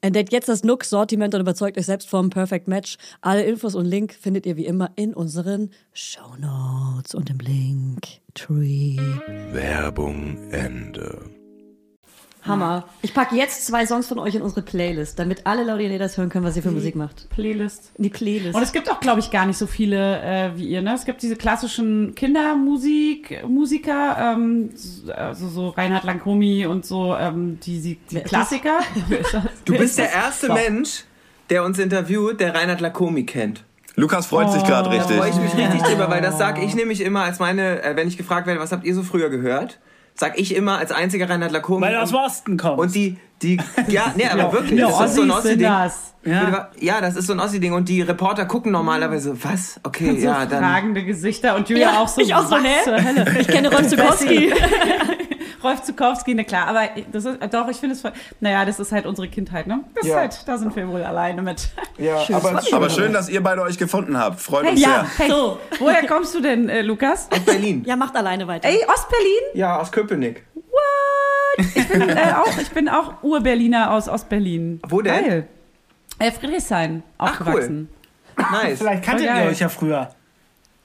S8: entdeckt jetzt das Nook-Sortiment und überzeugt euch selbst vom Perfect Match. Alle Infos und Link findet ihr wie immer in unseren Show Notes und im Link Tree.
S3: Werbung, Ende.
S8: Hammer. Ich packe jetzt zwei Songs von euch in unsere Playlist, damit alle Laudinators hören können, was ihr für Musik macht.
S2: Playlist.
S8: In die Playlist.
S2: Und es gibt auch, glaube ich, gar nicht so viele äh, wie ihr. Ne? Es gibt diese klassischen Kindermusik, Musiker, ähm, so- also so Reinhard Lankomi und so, ähm, die, die, die
S8: ist
S2: Klassiker. (laughs) Wer ist das?
S4: Du
S2: Wer
S4: bist
S2: ist
S4: der
S2: das?
S4: erste Mensch, der uns interviewt, der Reinhard Lacomi kennt.
S5: Lukas freut sich gerade richtig.
S4: Freue ich mich richtig drüber, weil das sag ich nämlich immer als meine, äh, wenn ich gefragt werde, was habt ihr so früher gehört, sag ich immer als einziger Reinhard Lacomi.
S6: Weil du aus dem Osten kommst.
S4: und die, die, ja, nee, aber wirklich,
S2: Ja,
S4: das ist so ein
S2: Ossis sind
S4: Ossi-Ding.
S2: das.
S6: ja.
S4: Ja, das ist so ein Ossi-Ding und die Reporter gucken normalerweise, was? Okay,
S2: So
S4: ja, dann.
S2: fragende Gesichter und Julia auch so.
S8: ich auch so,
S2: was
S8: ne?
S2: zur Hölle?
S8: ich kenne Rolf Zukowski.
S2: (laughs) Rolf Zukowski, ne klar, aber das ist, doch, ich finde es voll, naja, das ist halt unsere Kindheit, ne? Das
S4: Ja.
S2: ist halt, da sind wir wohl alleine mit.
S4: Ja, aber
S5: Aber schön, dass ihr beide euch gefunden habt. Freut uns
S2: ja,
S5: sehr.
S2: hey, so. woher kommst du denn, äh, Lukas?
S4: (laughs) Berlin.
S8: Ja, macht alleine weiter.
S2: Ey, Ostberlin?
S4: Ja, aus Köpenick.
S2: What? Ich bin äh, auch, ich bin auch Ur-Berliner aus Ostberlin.
S4: Wo denn? Ah,
S2: Geil. Äh, Friedrichshain, aufgewachsen.
S4: Nice.
S6: Vielleicht kanntet
S2: Voll geil.
S6: ihr euch ja früher.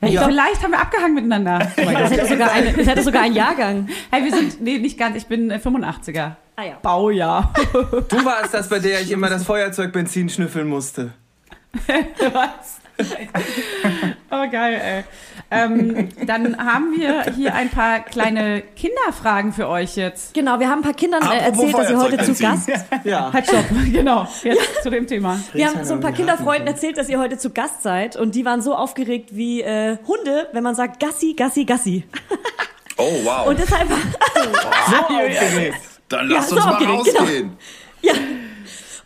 S2: Ja. Vielleicht haben wir abgehangen
S4: (laughs)
S2: miteinander. Oh mein
S1: Das
S2: Gott.
S1: hätte sogar, ein, das hätte sogar einen Jahrgang.
S2: Hey, wir sind, nee, nicht ganz, ich bin äh, 85er.
S1: Ah ja.
S2: Baujahr. (laughs)
S4: Du warst das, bei der ich immer das Feuerzeug Benzin schnüffeln musste.
S2: Was? Aber geil, ey. Ähm, dann haben wir hier ein paar kleine Kinderfragen für euch jetzt.
S1: Genau, wir haben ein paar Kindern äh,
S5: Apropos
S1: erzählt, dass ihr heute zu Gast
S5: Feuerzeugbenzin.
S4: Ja.
S2: Halt, stopp. (laughs) Genau, jetzt zu dem Thema.
S1: Wir haben so ein paar Kinderfreunden erzählt, dass ihr heute zu Gast seid und die waren so aufgeregt wie äh, Hunde, wenn man sagt Gassi, Gassi, Gassi.
S5: Oh, wow.
S1: Und deshalb
S5: Dann lass
S1: Ja,
S5: uns
S1: so
S5: mal
S1: aufgeregt, genau.
S5: rausgehen.
S1: ja.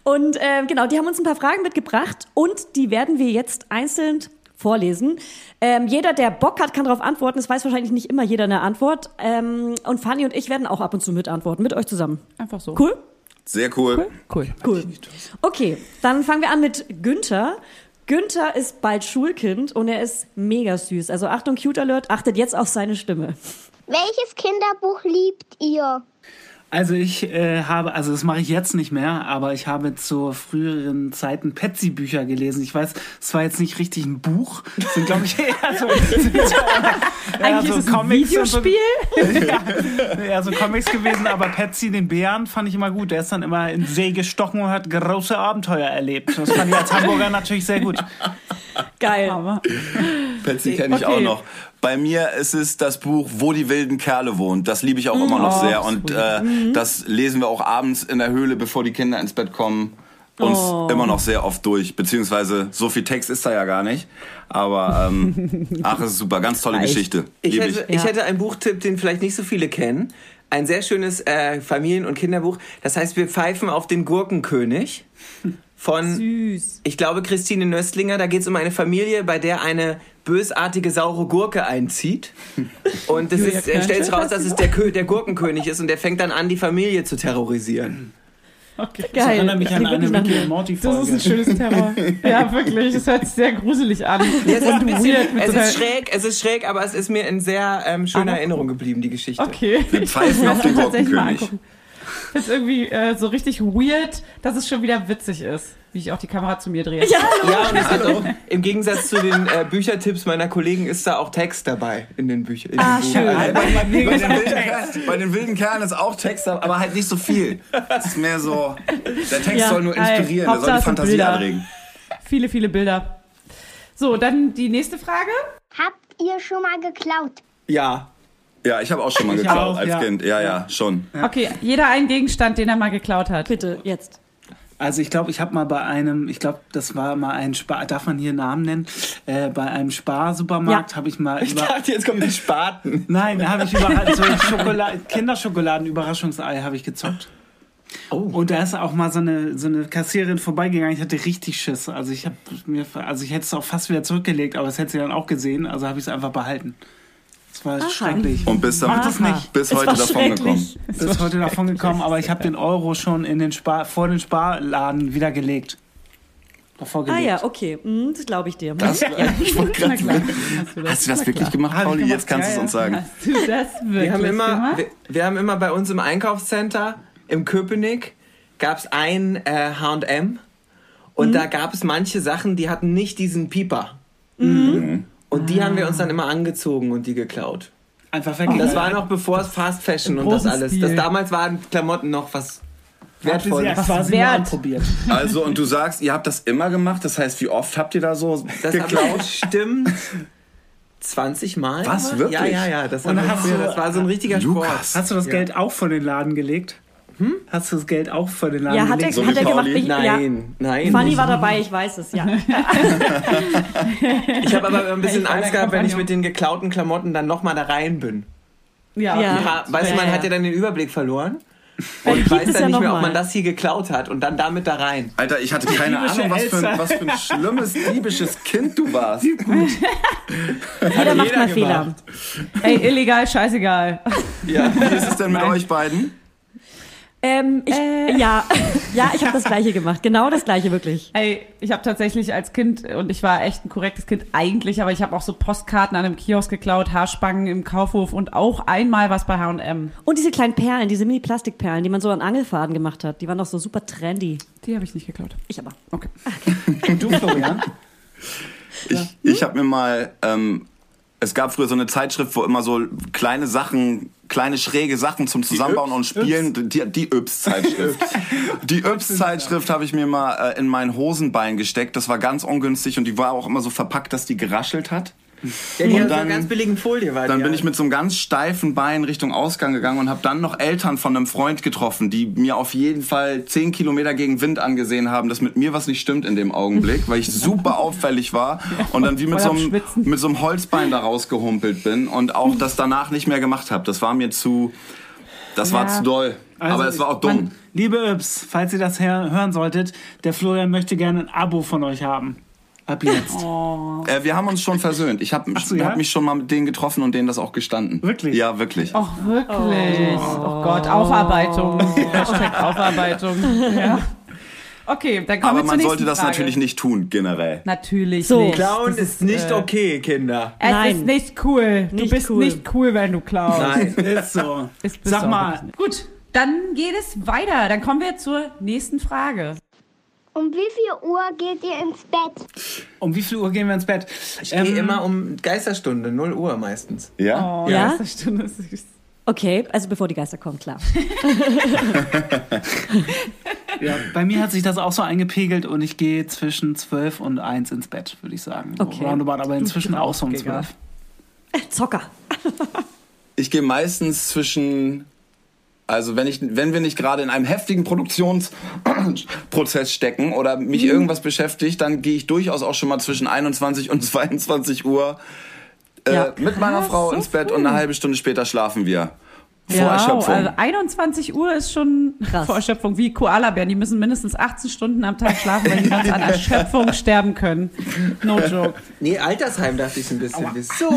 S1: Und ähm, genau, die haben uns ein paar Fragen mitgebracht und die werden wir jetzt einzeln vorlesen. Ähm, jeder, der Bock hat, kann darauf antworten. Es weiß wahrscheinlich nicht immer jeder eine Antwort. Ähm, und Fanny und ich werden auch ab und zu mitantworten, mit euch zusammen.
S2: Einfach so.
S1: Cool?
S5: Sehr cool.
S2: Cool.
S1: Cool. Okay, dann fangen wir an mit Günther. Günther ist bald Schulkind und er ist mega süß. Also Achtung, Cute Alert, achtet jetzt auf seine Stimme.
S8: Welches Kinderbuch liebt ihr?
S6: Also ich äh, habe, also das mache ich jetzt nicht mehr, aber ich habe zu früheren Zeiten Petsy-Bücher gelesen. Ich weiß, es war jetzt nicht richtig ein Buch, es sind glaube ich (laughs) eher
S2: (laughs)
S6: so, sind so, eher
S2: Eigentlich
S6: so
S2: ist es ein
S6: Comics und so-
S2: Videospiel.
S6: (laughs) eher so Comics gewesen, aber Petsy den Bären fand ich immer gut. Der ist dann immer in See gestochen und hat große Abenteuer erlebt. Das fand ich als Hamburger natürlich sehr gut.
S1: Geil.
S2: Aber
S5: Patsy kenne ich
S2: Okay.
S5: auch noch. Bei mir ist es das Buch Wo die wilden Kerle wohnen. Das liebe
S1: Mhm.
S5: ich auch immer
S1: Oh,
S5: noch sehr. Und äh, das lesen wir auch abends in der Höhle, bevor die Kinder ins Bett kommen. Uns
S1: Oh.
S5: immer noch sehr oft durch. Beziehungsweise so viel Text ist da ja gar nicht. Aber ähm,
S1: (laughs)
S5: ach, es ist super. Ganz tolle Geschichte.
S4: Ich
S5: Liebe
S4: hätte,
S5: ich.
S4: ich hätte einen Buchtipp, den vielleicht nicht so viele kennen. Ein sehr schönes äh, Familien- und Kinderbuch. Das heißt, wir pfeifen auf den Gurkenkönig von,
S1: Süß.
S4: ich glaube, Christine Nöstlinger. Da geht es um eine Familie, bei der eine bösartige saure Gurke einzieht. Und es ist, äh, stellt sich raus, dass es der, Kö der Gurkenkönig ist und der fängt dann an, die Familie zu terrorisieren.
S6: Ich
S1: Geil.
S6: erinnere mich an eine Mickey und Morty
S2: das ist ein
S6: Folge.
S2: schönes
S4: (laughs)
S2: Terror. Ja, wirklich. Es hört sich sehr gruselig an.
S4: Es ist, ein bisschen,
S2: mit
S4: es
S2: so
S4: ist
S2: einer-
S4: schräg, es ist schräg, aber es ist mir in sehr ähm, schöner Erinnerung geblieben, die Geschichte.
S2: Okay.
S5: Wir pfeifen auf den Gurkenkönig.
S2: Das ist irgendwie äh, so richtig weird, dass es schon wieder witzig ist, wie ich auch die Kamera zu mir drehe.
S4: Ja, und
S5: (laughs)
S4: es hat auch, im Gegensatz zu den äh, Büchertipps meiner Kollegen ist da auch Text dabei in den Büchern. Ah,
S5: Bei, bei, den wilden, bei den wilden Kerlen ist auch Text, aber halt nicht so viel. Es ist mehr so, der Text
S2: Ja,
S5: soll nur
S2: ey,
S5: inspirieren, der
S2: Hauptsache
S5: soll die
S2: es sind
S5: Fantasie
S2: Bilder.
S5: anregen.
S2: Viele, viele Bilder. So, dann die nächste Frage.
S8: Habt ihr schon mal geklaut?
S4: Ja.
S5: Ja, ich habe auch schon mal geklaut
S6: auch,
S5: als
S6: ja.
S5: Kind. Ja, ja, schon.
S2: Okay, jeder einen Gegenstand, den er mal geklaut hat.
S1: Bitte, jetzt.
S6: Also ich glaube, ich habe mal bei einem, ich glaube, das war mal ein Spar, darf man hier Namen nennen? Äh, bei einem Spar-Supermarkt
S1: Ja.
S6: habe ich mal
S4: Ich
S6: über
S4: dachte, jetzt kommt der Spaten.
S6: Nein, da habe ich überall so ein Schokola Kinderschokoladen-Überraschungsei habe ich gezockt.
S1: Oh.
S6: Und da ist auch mal so eine, so eine Kassiererin vorbeigegangen. Ich hatte richtig Schiss. Also ich habe mir, also ich hätte es auch fast wieder zurückgelegt, aber das hätte sie dann auch gesehen. Also habe ich es einfach behalten. Es war schrecklich.
S5: Und bis,
S6: Mach
S5: dann,
S6: das nicht.
S5: bis heute
S1: war
S5: davon gekommen.
S1: schrecklich.
S6: Bis heute davon gekommen, aber ich habe den Euro schon in den Spar, vor den Sparladen wieder gelegt. Davor
S1: Ah
S6: gelegt.
S1: ja, okay. Hm, das glaube ich dir.
S5: Das, ich wollte gerade sagen, Hast du das wirklich gemacht,
S6: Hab ich
S5: Pauli?
S6: gemacht,
S5: Jetzt kannst
S6: ja,
S5: du es
S2: (laughs)
S5: uns sagen.
S2: Hast du das wirklich
S4: Wir haben, immer,
S2: gemacht?
S4: wir, wir haben immer bei uns im Einkaufscenter im Köpenick gab's ein äh, H&M und da gab es manche Sachen, die hatten nicht diesen Pieper. Und die haben wir uns dann immer angezogen und die geklaut.
S6: Einfach weggelegt.
S4: Das war noch bevor es Fast Fashion und das
S2: großen
S4: alles.
S2: Stil.
S4: Das damals waren Klamotten noch was
S6: Hat sie ja
S4: wertvolles.
S6: quasi
S2: wert.
S6: mal anprobiert.
S5: Also, und du sagst, ihr habt das immer gemacht. Das heißt, wie oft habt ihr da so
S4: Das
S5: geklaut?
S4: geklaut. stimmt. 20 Mal?
S5: Was,
S4: gemacht? Ja,
S5: wirklich?
S4: ja, ja. Das,
S6: Und
S4: haben wir
S6: hast
S4: früher,
S6: du-
S4: das war so ein richtiger
S5: Lukas.
S4: Sport.
S6: Hast du das Geld auch vor den Laden gelegt? Hast du das Geld auch vor den Laden
S1: Ja, hat
S6: gelegt? Also,
S1: er,
S5: So
S1: hat
S5: wie
S1: er gemacht.
S5: Pauli?
S1: Ich,
S4: Nein,
S1: Ja.
S4: nein.
S1: Fanny war dabei, ich weiß es, ja.
S4: Ich habe aber ein bisschen
S2: Ich war
S4: Angst
S2: der
S4: gehabt, wenn ich
S2: Kompagnon.
S4: mit den geklauten Klamotten dann nochmal da rein bin.
S2: ja.
S1: Ja.
S4: Ja, weißt du, man hat Ah, ja dann den Überblick verloren und
S1: gibt
S4: weiß
S1: es
S4: dann
S1: ja
S4: nicht mehr, ob
S1: nochmal.
S4: man das hier geklaut hat und dann damit da rein.
S5: Alter, ich hatte keine Ahnung, was für, ein, was für ein schlimmes, diebisches Kind du warst.
S1: Jeder macht mal Fehler.
S2: Ey, illegal, scheißegal.
S5: Ja. Wie ist es denn mit euch beiden?
S1: Ähm, ich, Ja, ja ich habe das Gleiche gemacht. Genau das Gleiche, wirklich.
S2: Ey, ich habe tatsächlich als Kind, und ich war echt ein korrektes Kind eigentlich, aber ich habe auch so Postkarten an einem Kiosk geklaut, Haarspangen im Kaufhof und auch einmal was bei H&M.
S1: Und diese kleinen Perlen, diese Mini-Plastikperlen, die man so an Angelfaden gemacht hat, die waren doch so super trendy.
S2: Die habe ich nicht geklaut.
S1: Ich aber.
S2: Okay.
S6: Du, Florian?
S5: Ich, ich habe mir mal ähm, Es gab früher so eine Zeitschrift, wo immer so kleine Sachen, kleine schräge Sachen zum Zusammenbauen und Spielen, die, die Yps-Zeitschrift. die Yps-Zeitschrift habe ich mir mal äh, in mein Hosenbein gesteckt. Das war ganz ungünstig und die war auch immer so verpackt, dass die geraschelt hat.
S4: Ja, die
S5: Und
S4: haben so
S5: dann-
S4: eine ganz billigen Folie, weil
S5: Dann
S4: die
S5: bin
S4: ja-
S5: ich mit so einem ganz steifen Bein Richtung Ausgang gegangen und habe dann noch Eltern von einem Freund getroffen, die mir auf jeden Fall zehn Kilometer gegen Wind angesehen haben, dass mit mir was nicht stimmt in dem Augenblick,
S2: (laughs)
S5: weil ich super auffällig war und dann wie
S2: Voll
S5: mit so,
S2: am
S5: einem,
S2: Schwitzen.
S5: mit so einem Holzbein da rausgehumpelt bin und auch das danach nicht mehr gemacht habe. Das war mir zu, das war
S2: Ja. Also
S5: zu doll. Aber es war auch dumm.
S6: Man, liebe Yps, falls ihr das her hören solltet, der Florian möchte gerne ein Abo von euch haben. Ab jetzt.
S1: Oh.
S5: äh, wir haben uns schon versöhnt. Ich habe
S6: so, ja?
S5: hab mich schon mal mit denen getroffen und denen das auch gestanden.
S6: Wirklich?
S5: Ja, wirklich.
S2: Ach, wirklich? Oh, Gott, Aufarbeitung. (laughs) Hashtag Aufarbeitung. Ja. Okay, dann kommen
S5: Aber
S2: wir zur
S5: man
S2: nächsten
S5: sollte das
S2: Frage.
S5: natürlich nicht tun, generell.
S2: Natürlich
S1: So.
S2: nicht.
S4: Klauen
S2: Das
S4: ist nicht
S2: äh,
S4: okay, Kinder.
S2: Es
S1: Nein.
S2: ist nicht cool. Du
S1: Nicht
S2: bist
S1: cool.
S2: nicht cool, wenn du klaust.
S4: (laughs) Nein.
S6: Ist so.
S2: Es bist du
S6: Sag
S2: auch
S6: mal,
S2: wirklich nicht. Gut, dann geht es weiter. Dann kommen wir zur nächsten Frage.
S8: Um wie viel Uhr geht ihr ins Bett?
S6: um wie viel Uhr gehen wir ins Bett?
S4: Ich
S6: Ähm,
S4: gehe immer um Geisterstunde, 0 Uhr meistens.
S5: Ja?
S2: Oh,
S1: Ja?
S2: Das ist schon süß.
S1: Okay, also bevor die Geister kommen, klar.
S6: Ja, bei mir hat sich das auch so eingepegelt und ich gehe zwischen 12 und 1 ins Bett, würde ich sagen. So
S1: Okay. genau.
S6: Roundabout, aber inzwischen auch so um 12.
S1: Zocker.
S5: Ich gehe meistens zwischen, also wenn, ich, wenn wir nicht gerade in einem heftigen Produktionsprozess stecken oder mich
S2: Mhm.
S5: irgendwas beschäftigt, dann gehe ich durchaus auch schon mal zwischen 21 und (laughs) 22 Uhr äh,
S1: Ja,
S5: mit meiner Frau
S2: Ah, so
S5: ins Bett
S2: früh.
S5: und eine halbe Stunde später schlafen wir. Vor
S2: Wow,
S5: Erschöpfung.
S2: also 21 Uhr ist schon
S1: Krass.
S2: vor Erschöpfung. Wie Koalabären, die müssen mindestens 18 Stunden am Tag schlafen, weil die sonst
S1: (laughs)
S2: an Erschöpfung sterben können. No joke.
S4: Nee, Altersheim dachte ich ein bisschen. bis (laughs) So,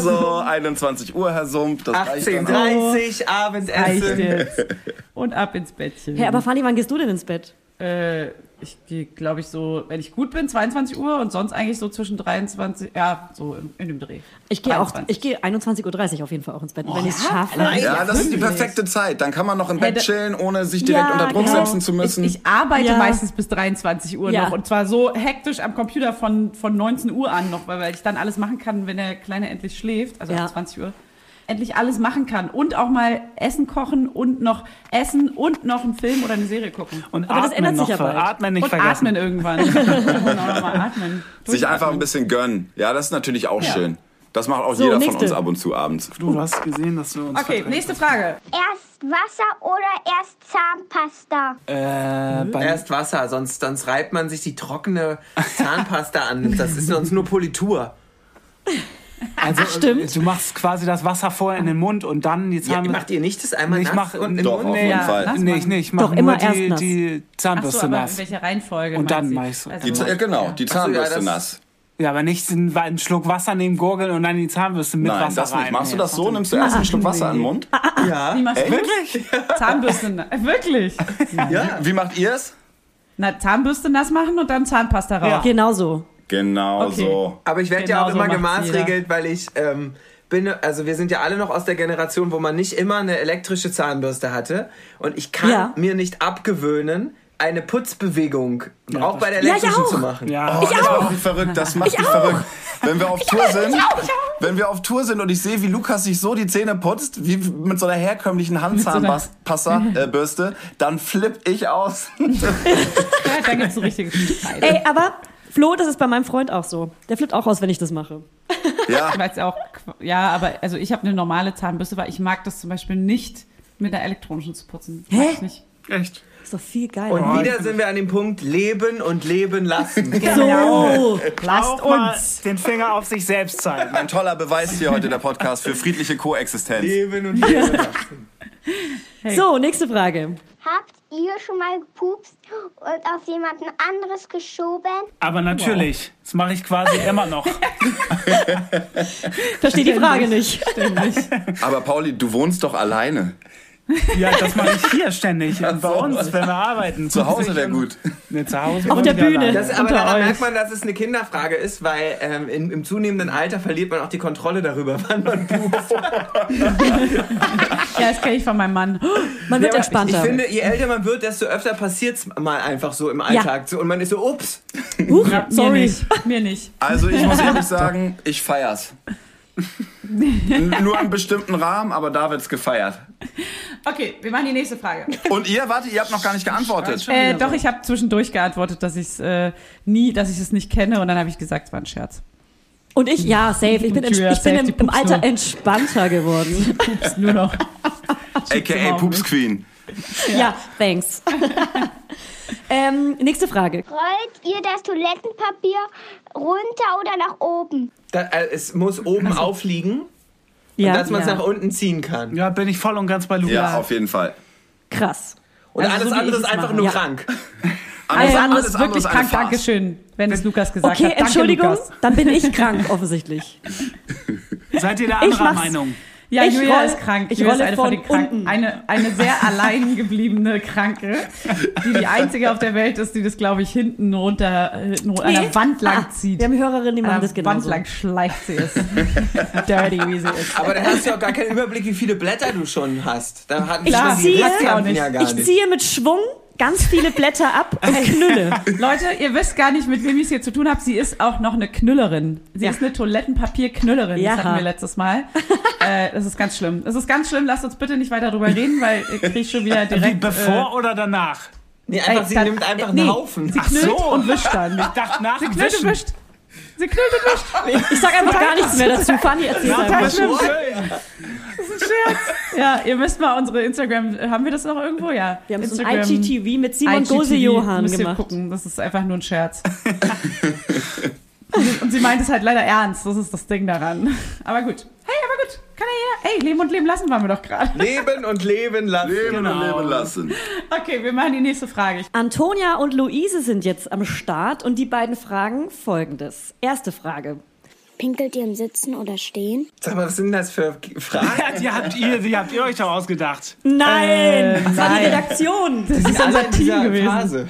S5: so, 21 Uhr, Herr Sump, das reicht dann auch.
S4: 18.30
S2: Reicht
S4: Abendessen.
S2: jetzt. Und ab ins Bettchen.
S1: Hey, aber Fanny, wann gehst du denn ins Bett?
S2: Äh, ich gehe, glaube ich, so, wenn ich gut bin, 22 Uhr und sonst eigentlich so zwischen 23, ja, so in, in dem Dreh.
S1: Ich gehe auch,
S2: 23.
S1: ich gehe 21.30 Uhr auf jeden Fall auch ins Bett, wenn ich es schaffe.
S5: Ja, das ist die perfekte Zeit. Dann kann man noch im Bett
S2: da-
S5: chillen, ohne sich direkt
S1: Ja,
S5: unter Druck
S1: genau.
S5: setzen zu müssen.
S2: Ich, ich arbeite
S1: Ja.
S2: meistens bis 23 Uhr
S1: Ja.
S2: noch und zwar so hektisch am Computer von, von 19 Uhr an noch, weil weil ich dann alles machen kann, wenn der Kleine endlich schläft, also
S1: Ja.
S2: ab 20 Uhr, endlich alles machen kann und auch mal Essen kochen und noch essen und noch einen Film oder eine Serie gucken.
S6: Und
S1: Aber das
S6: atmen
S1: ändert sich
S6: noch
S1: ja
S6: ver-
S1: bald.
S6: Atmen nicht
S2: und
S6: vergessen.
S2: atmen (laughs) irgendwann. Ich muss auch noch mal atmen.
S5: sich einfach ein
S2: Durchatmen.
S5: bisschen gönnen. Ja, das ist natürlich auch
S2: Ja.
S5: schön. Das macht auch
S1: So,
S5: jeder von
S1: nächste.
S5: uns ab und zu abends.
S6: Du hast gesehen, dass du uns
S2: Okay, nächste Frage.
S8: Erst Wasser oder erst Zahnpasta?
S6: Äh, bei,
S4: Erst Wasser, sonst, sonst reibt man sich die (laughs) trockene Zahnpasta an. Das ist sonst nur Politur.
S6: also, Stimmt. Du machst quasi das Wasser vorher in den Mund und dann die
S4: Ja,
S6: Zahn...
S4: macht ihr nicht das einmal
S6: Ich
S4: nass
S6: mach-
S4: und im
S5: Doch, auf
S4: Mund?
S5: jeden
S2: Ja.
S5: Fall.
S2: Nass
S6: nee, ich nicht. Ich mach
S1: Doch, immer
S6: nur
S1: erst
S6: die,
S1: nass.
S6: die
S2: Ach so,
S6: Zahnbürste
S2: aber in
S6: nass.
S2: welcher Reihenfolge? Also,
S6: Und dann
S2: meint sie?
S6: mach ich's.
S5: Die, Z- ja, genau, die Zahnbürste
S4: das-
S5: nass.
S6: Ja, aber nicht einen, einen Schluck Wasser nehmen, gurgeln und dann in die Zahnbürste mit
S5: Nein,
S6: Wasser
S5: das nicht.
S6: rein.
S5: Machst du
S6: Nee,
S5: das so? Nimmst du erst einen Schluck Wasser in den Mund?
S2: Wie machst du wirklich? Zahnbürste nass. Wirklich?
S5: Wie, wie macht ihr es?
S2: Na, Zahnbürste nass machen und dann Zahnpasta rauf.
S1: Genau so.
S5: Genau
S2: Okay.
S5: so.
S4: Aber ich werde
S2: Genau
S4: ja auch
S2: so
S4: immer
S2: macht's
S4: gemaßregelt, weil ich ähm, bin, also wir sind ja alle noch aus der Generation, wo man nicht immer eine elektrische Zahnbürste hatte. Und ich kann
S1: Ja.
S4: mir nicht abgewöhnen, eine Putzbewegung auch bei der
S1: Ja, ich
S4: elektrischen
S1: auch.
S4: zu machen.
S5: Oh,
S6: Ja,
S5: das macht mich verrückt, das macht mich verrückt. Wenn wir auf Tour sind, wenn wir auf Tour sind und ich sehe, wie Lukas sich so die Zähne putzt, wie mit so einer herkömmlichen Handzahnbürste, äh, dann flipp ich aus.
S2: Ja, da gibt's ein richtiges Streit.
S1: Ey, aber Flo, das ist bei meinem Freund auch so. Der flippt auch aus, wenn ich das mache.
S5: Ja,
S2: Weil's auch, qu- ja, aber also ich habe eine normale Zahnbürste, weil ich mag das zum Beispiel nicht, mit einer elektronischen zu putzen. Mag
S1: Hä?
S2: ich nicht.
S6: echt.
S1: Ist doch viel
S4: Und
S1: geiler.
S4: wieder sind wir an dem Punkt Leben und Leben lassen.
S1: so,
S6: Lasst uns den Finger auf sich selbst zeigen.
S5: ein toller Beweis hier heute der Podcast für friedliche Koexistenz.
S4: Leben und Leben lassen.
S1: so, nächste Frage.
S8: Habt ihr schon mal gepupst und auf jemanden anderes geschoben?
S6: (laughs) Aber natürlich, das mache ich quasi immer noch.
S1: Verstehe die Frage nicht.
S5: Aber Pauli, du wohnst doch alleine.
S6: Ja, das mache ich hier ständig. Und bei uns, wenn wir arbeiten.
S5: Zu Hause wäre gut.
S6: Nee, zu Hause
S1: Auf der
S6: bin ich
S1: Bühne.
S6: alleine.
S4: Das, aber
S1: Unter
S4: daran
S1: euch.
S4: merkt man, dass es eine Kinderfrage ist, weil ähm, in, im zunehmenden Alter verliert man auch die Kontrolle darüber, (laughs) wann man pupst.
S2: Ja, das kenne ich von meinem Mann. (gasps)
S1: Man wird
S4: Ja, aber Ich, ich
S1: entspannter.
S4: finde, je älter man wird, desto öfter passiert es mal einfach so im Alltag. So, und man ist so, ups.
S2: (laughs)
S1: Huch,
S2: Mir
S1: sorry.
S2: nicht. Mir nicht. (laughs)
S5: Also ich muss ehrlich sagen, ich feier's. N- Nur einen bestimmten Rahmen, aber da wird's gefeiert.
S2: Okay, wir machen die nächste Frage.
S5: Und ihr, warte, ihr habt noch gar nicht geantwortet.
S2: Äh, doch, ich habe zwischendurch geantwortet, dass ich es äh, nie, dass ich es nicht kenne und dann habe ich gesagt, es war ein Scherz.
S1: Und ich, ja, safe. Ich bin, ents-
S2: Ja,
S1: ich bin
S2: safe,
S1: im,
S2: die
S1: im
S2: pupst
S1: Alter
S2: nur.
S1: entspannter
S2: (laughs)
S1: geworden.
S2: Pups nur noch.
S5: AKA Pups Queen.
S1: ja. thanks. (laughs) ähm, nächste Frage.
S8: Rollt ihr das Toilettenpapier runter oder nach oben?
S4: Da, äh, es muss oben
S2: Also,
S4: aufliegen,
S1: Ja,
S4: dass man es
S1: ja.
S4: nach unten ziehen kann.
S6: Ja, bin ich voll und ganz bei Lukas.
S5: Ja, auf jeden Fall.
S1: krass.
S4: Und
S2: Also
S4: alles
S2: so wie
S4: andere
S2: ich
S4: ist
S2: es
S4: einfach
S2: mache.
S4: nur
S1: Ja.
S4: krank.
S2: Alles
S5: Alles
S2: andere ist
S5: andere
S2: wirklich
S5: ist eine
S2: krank.
S5: Farce.
S2: Dankeschön, wenn es Lukas gesagt
S1: Okay,
S2: hat. Danke,
S1: Entschuldigung,
S2: Lukas.
S1: dann bin ich krank offensichtlich.
S6: Seid ihr der
S1: Ich
S6: anderer
S1: mach's.
S6: Meinung?
S2: Ja,
S1: Ich
S2: Julia
S1: roll-
S2: ist krank.
S1: ich
S2: Julia ist
S1: rolle
S2: eine von
S1: von
S2: den Kranken.
S1: unten.
S2: Eine, eine (laughs) sehr allein gebliebene Kranke, die die einzige auf der Welt ist, die das, glaube ich, hinten runter, hinten an der Wand lang zieht.
S1: Ah, Wir haben Hörerinnen, die
S2: an
S1: machen
S2: der
S1: das
S2: Wand
S1: genauso.
S2: lang schleicht sie es. (laughs) Dirty, wie sie ist.
S4: Aber dann hast du ja auch gar keinen Überblick, wie viele Blätter du schon hast. Da hatten
S1: Klar.
S4: schon die
S1: Ziehe.
S4: Restlampen ja gar
S1: Ich
S4: nicht.
S1: ziehe mit Schwung ganz viele Blätter ab und knülle.
S2: Leute, ihr wisst gar nicht, mit wem ich es hier zu tun habe. Sie ist auch noch eine Knüllerin. Sie ist eine Toilettenpapierknüllerin.
S1: Ja.
S2: Das hatten wir letztes (laughs) Mal. äh, das ist ganz schlimm. Das ist ganz schlimm. Lasst uns bitte nicht weiter darüber reden, weil ich kriege schon (laughs) wieder
S6: Wie,
S2: direkt...
S6: bevor
S2: äh,
S6: oder danach?
S4: Nee, einfach, sie
S2: dann-
S4: nimmt einfach
S2: nee,
S4: einen Haufen.
S2: Sie knüllt
S6: so.
S2: und wischt dann.
S6: Ich dachte nach dem
S2: Knüllt und
S6: Wischen.
S2: wischt. Sie knüllt und wischt.
S1: Ich sag einfach gar nichts mehr dazu. Fanny erzählt
S2: Total
S1: einfach.
S2: schlimm. Das ist ein Scherz. Ja, ihr müsst mal unsere Instagram... Haben wir das noch irgendwo? Ja.
S1: Wir haben so ein
S2: Instagram-
S1: IGTV mit Simon
S2: IGTV
S1: Gose-Johann
S2: müsst ihr
S1: gemacht.
S2: gucken, das ist einfach nur ein Scherz. und sie meint es halt leider ernst, das ist das Ding daran. Aber gut. Hey, aber gut, kann er ja. Ey, Leben und Leben lassen waren wir doch gerade.
S4: (laughs) Leben und leben lassen. Genau.
S5: Leben und leben lassen.
S2: Okay, wir machen die nächste Frage.
S1: Antonia und Luise sind jetzt am Start und die beiden fragen folgendes. Erste Frage.
S8: Pinkelt ihr im Sitzen oder Stehen?
S4: Sag mal, was sind das für Fragen?
S6: Ja, (laughs) die habt ihr, die habt ihr euch doch ausgedacht.
S1: Nein!
S2: Äh.
S1: das war die
S2: nein. (laughs)
S1: Redaktion.
S2: Das ist
S4: Alle
S2: unser
S4: in
S2: Team
S4: dieser
S2: gewesen.
S4: Phase.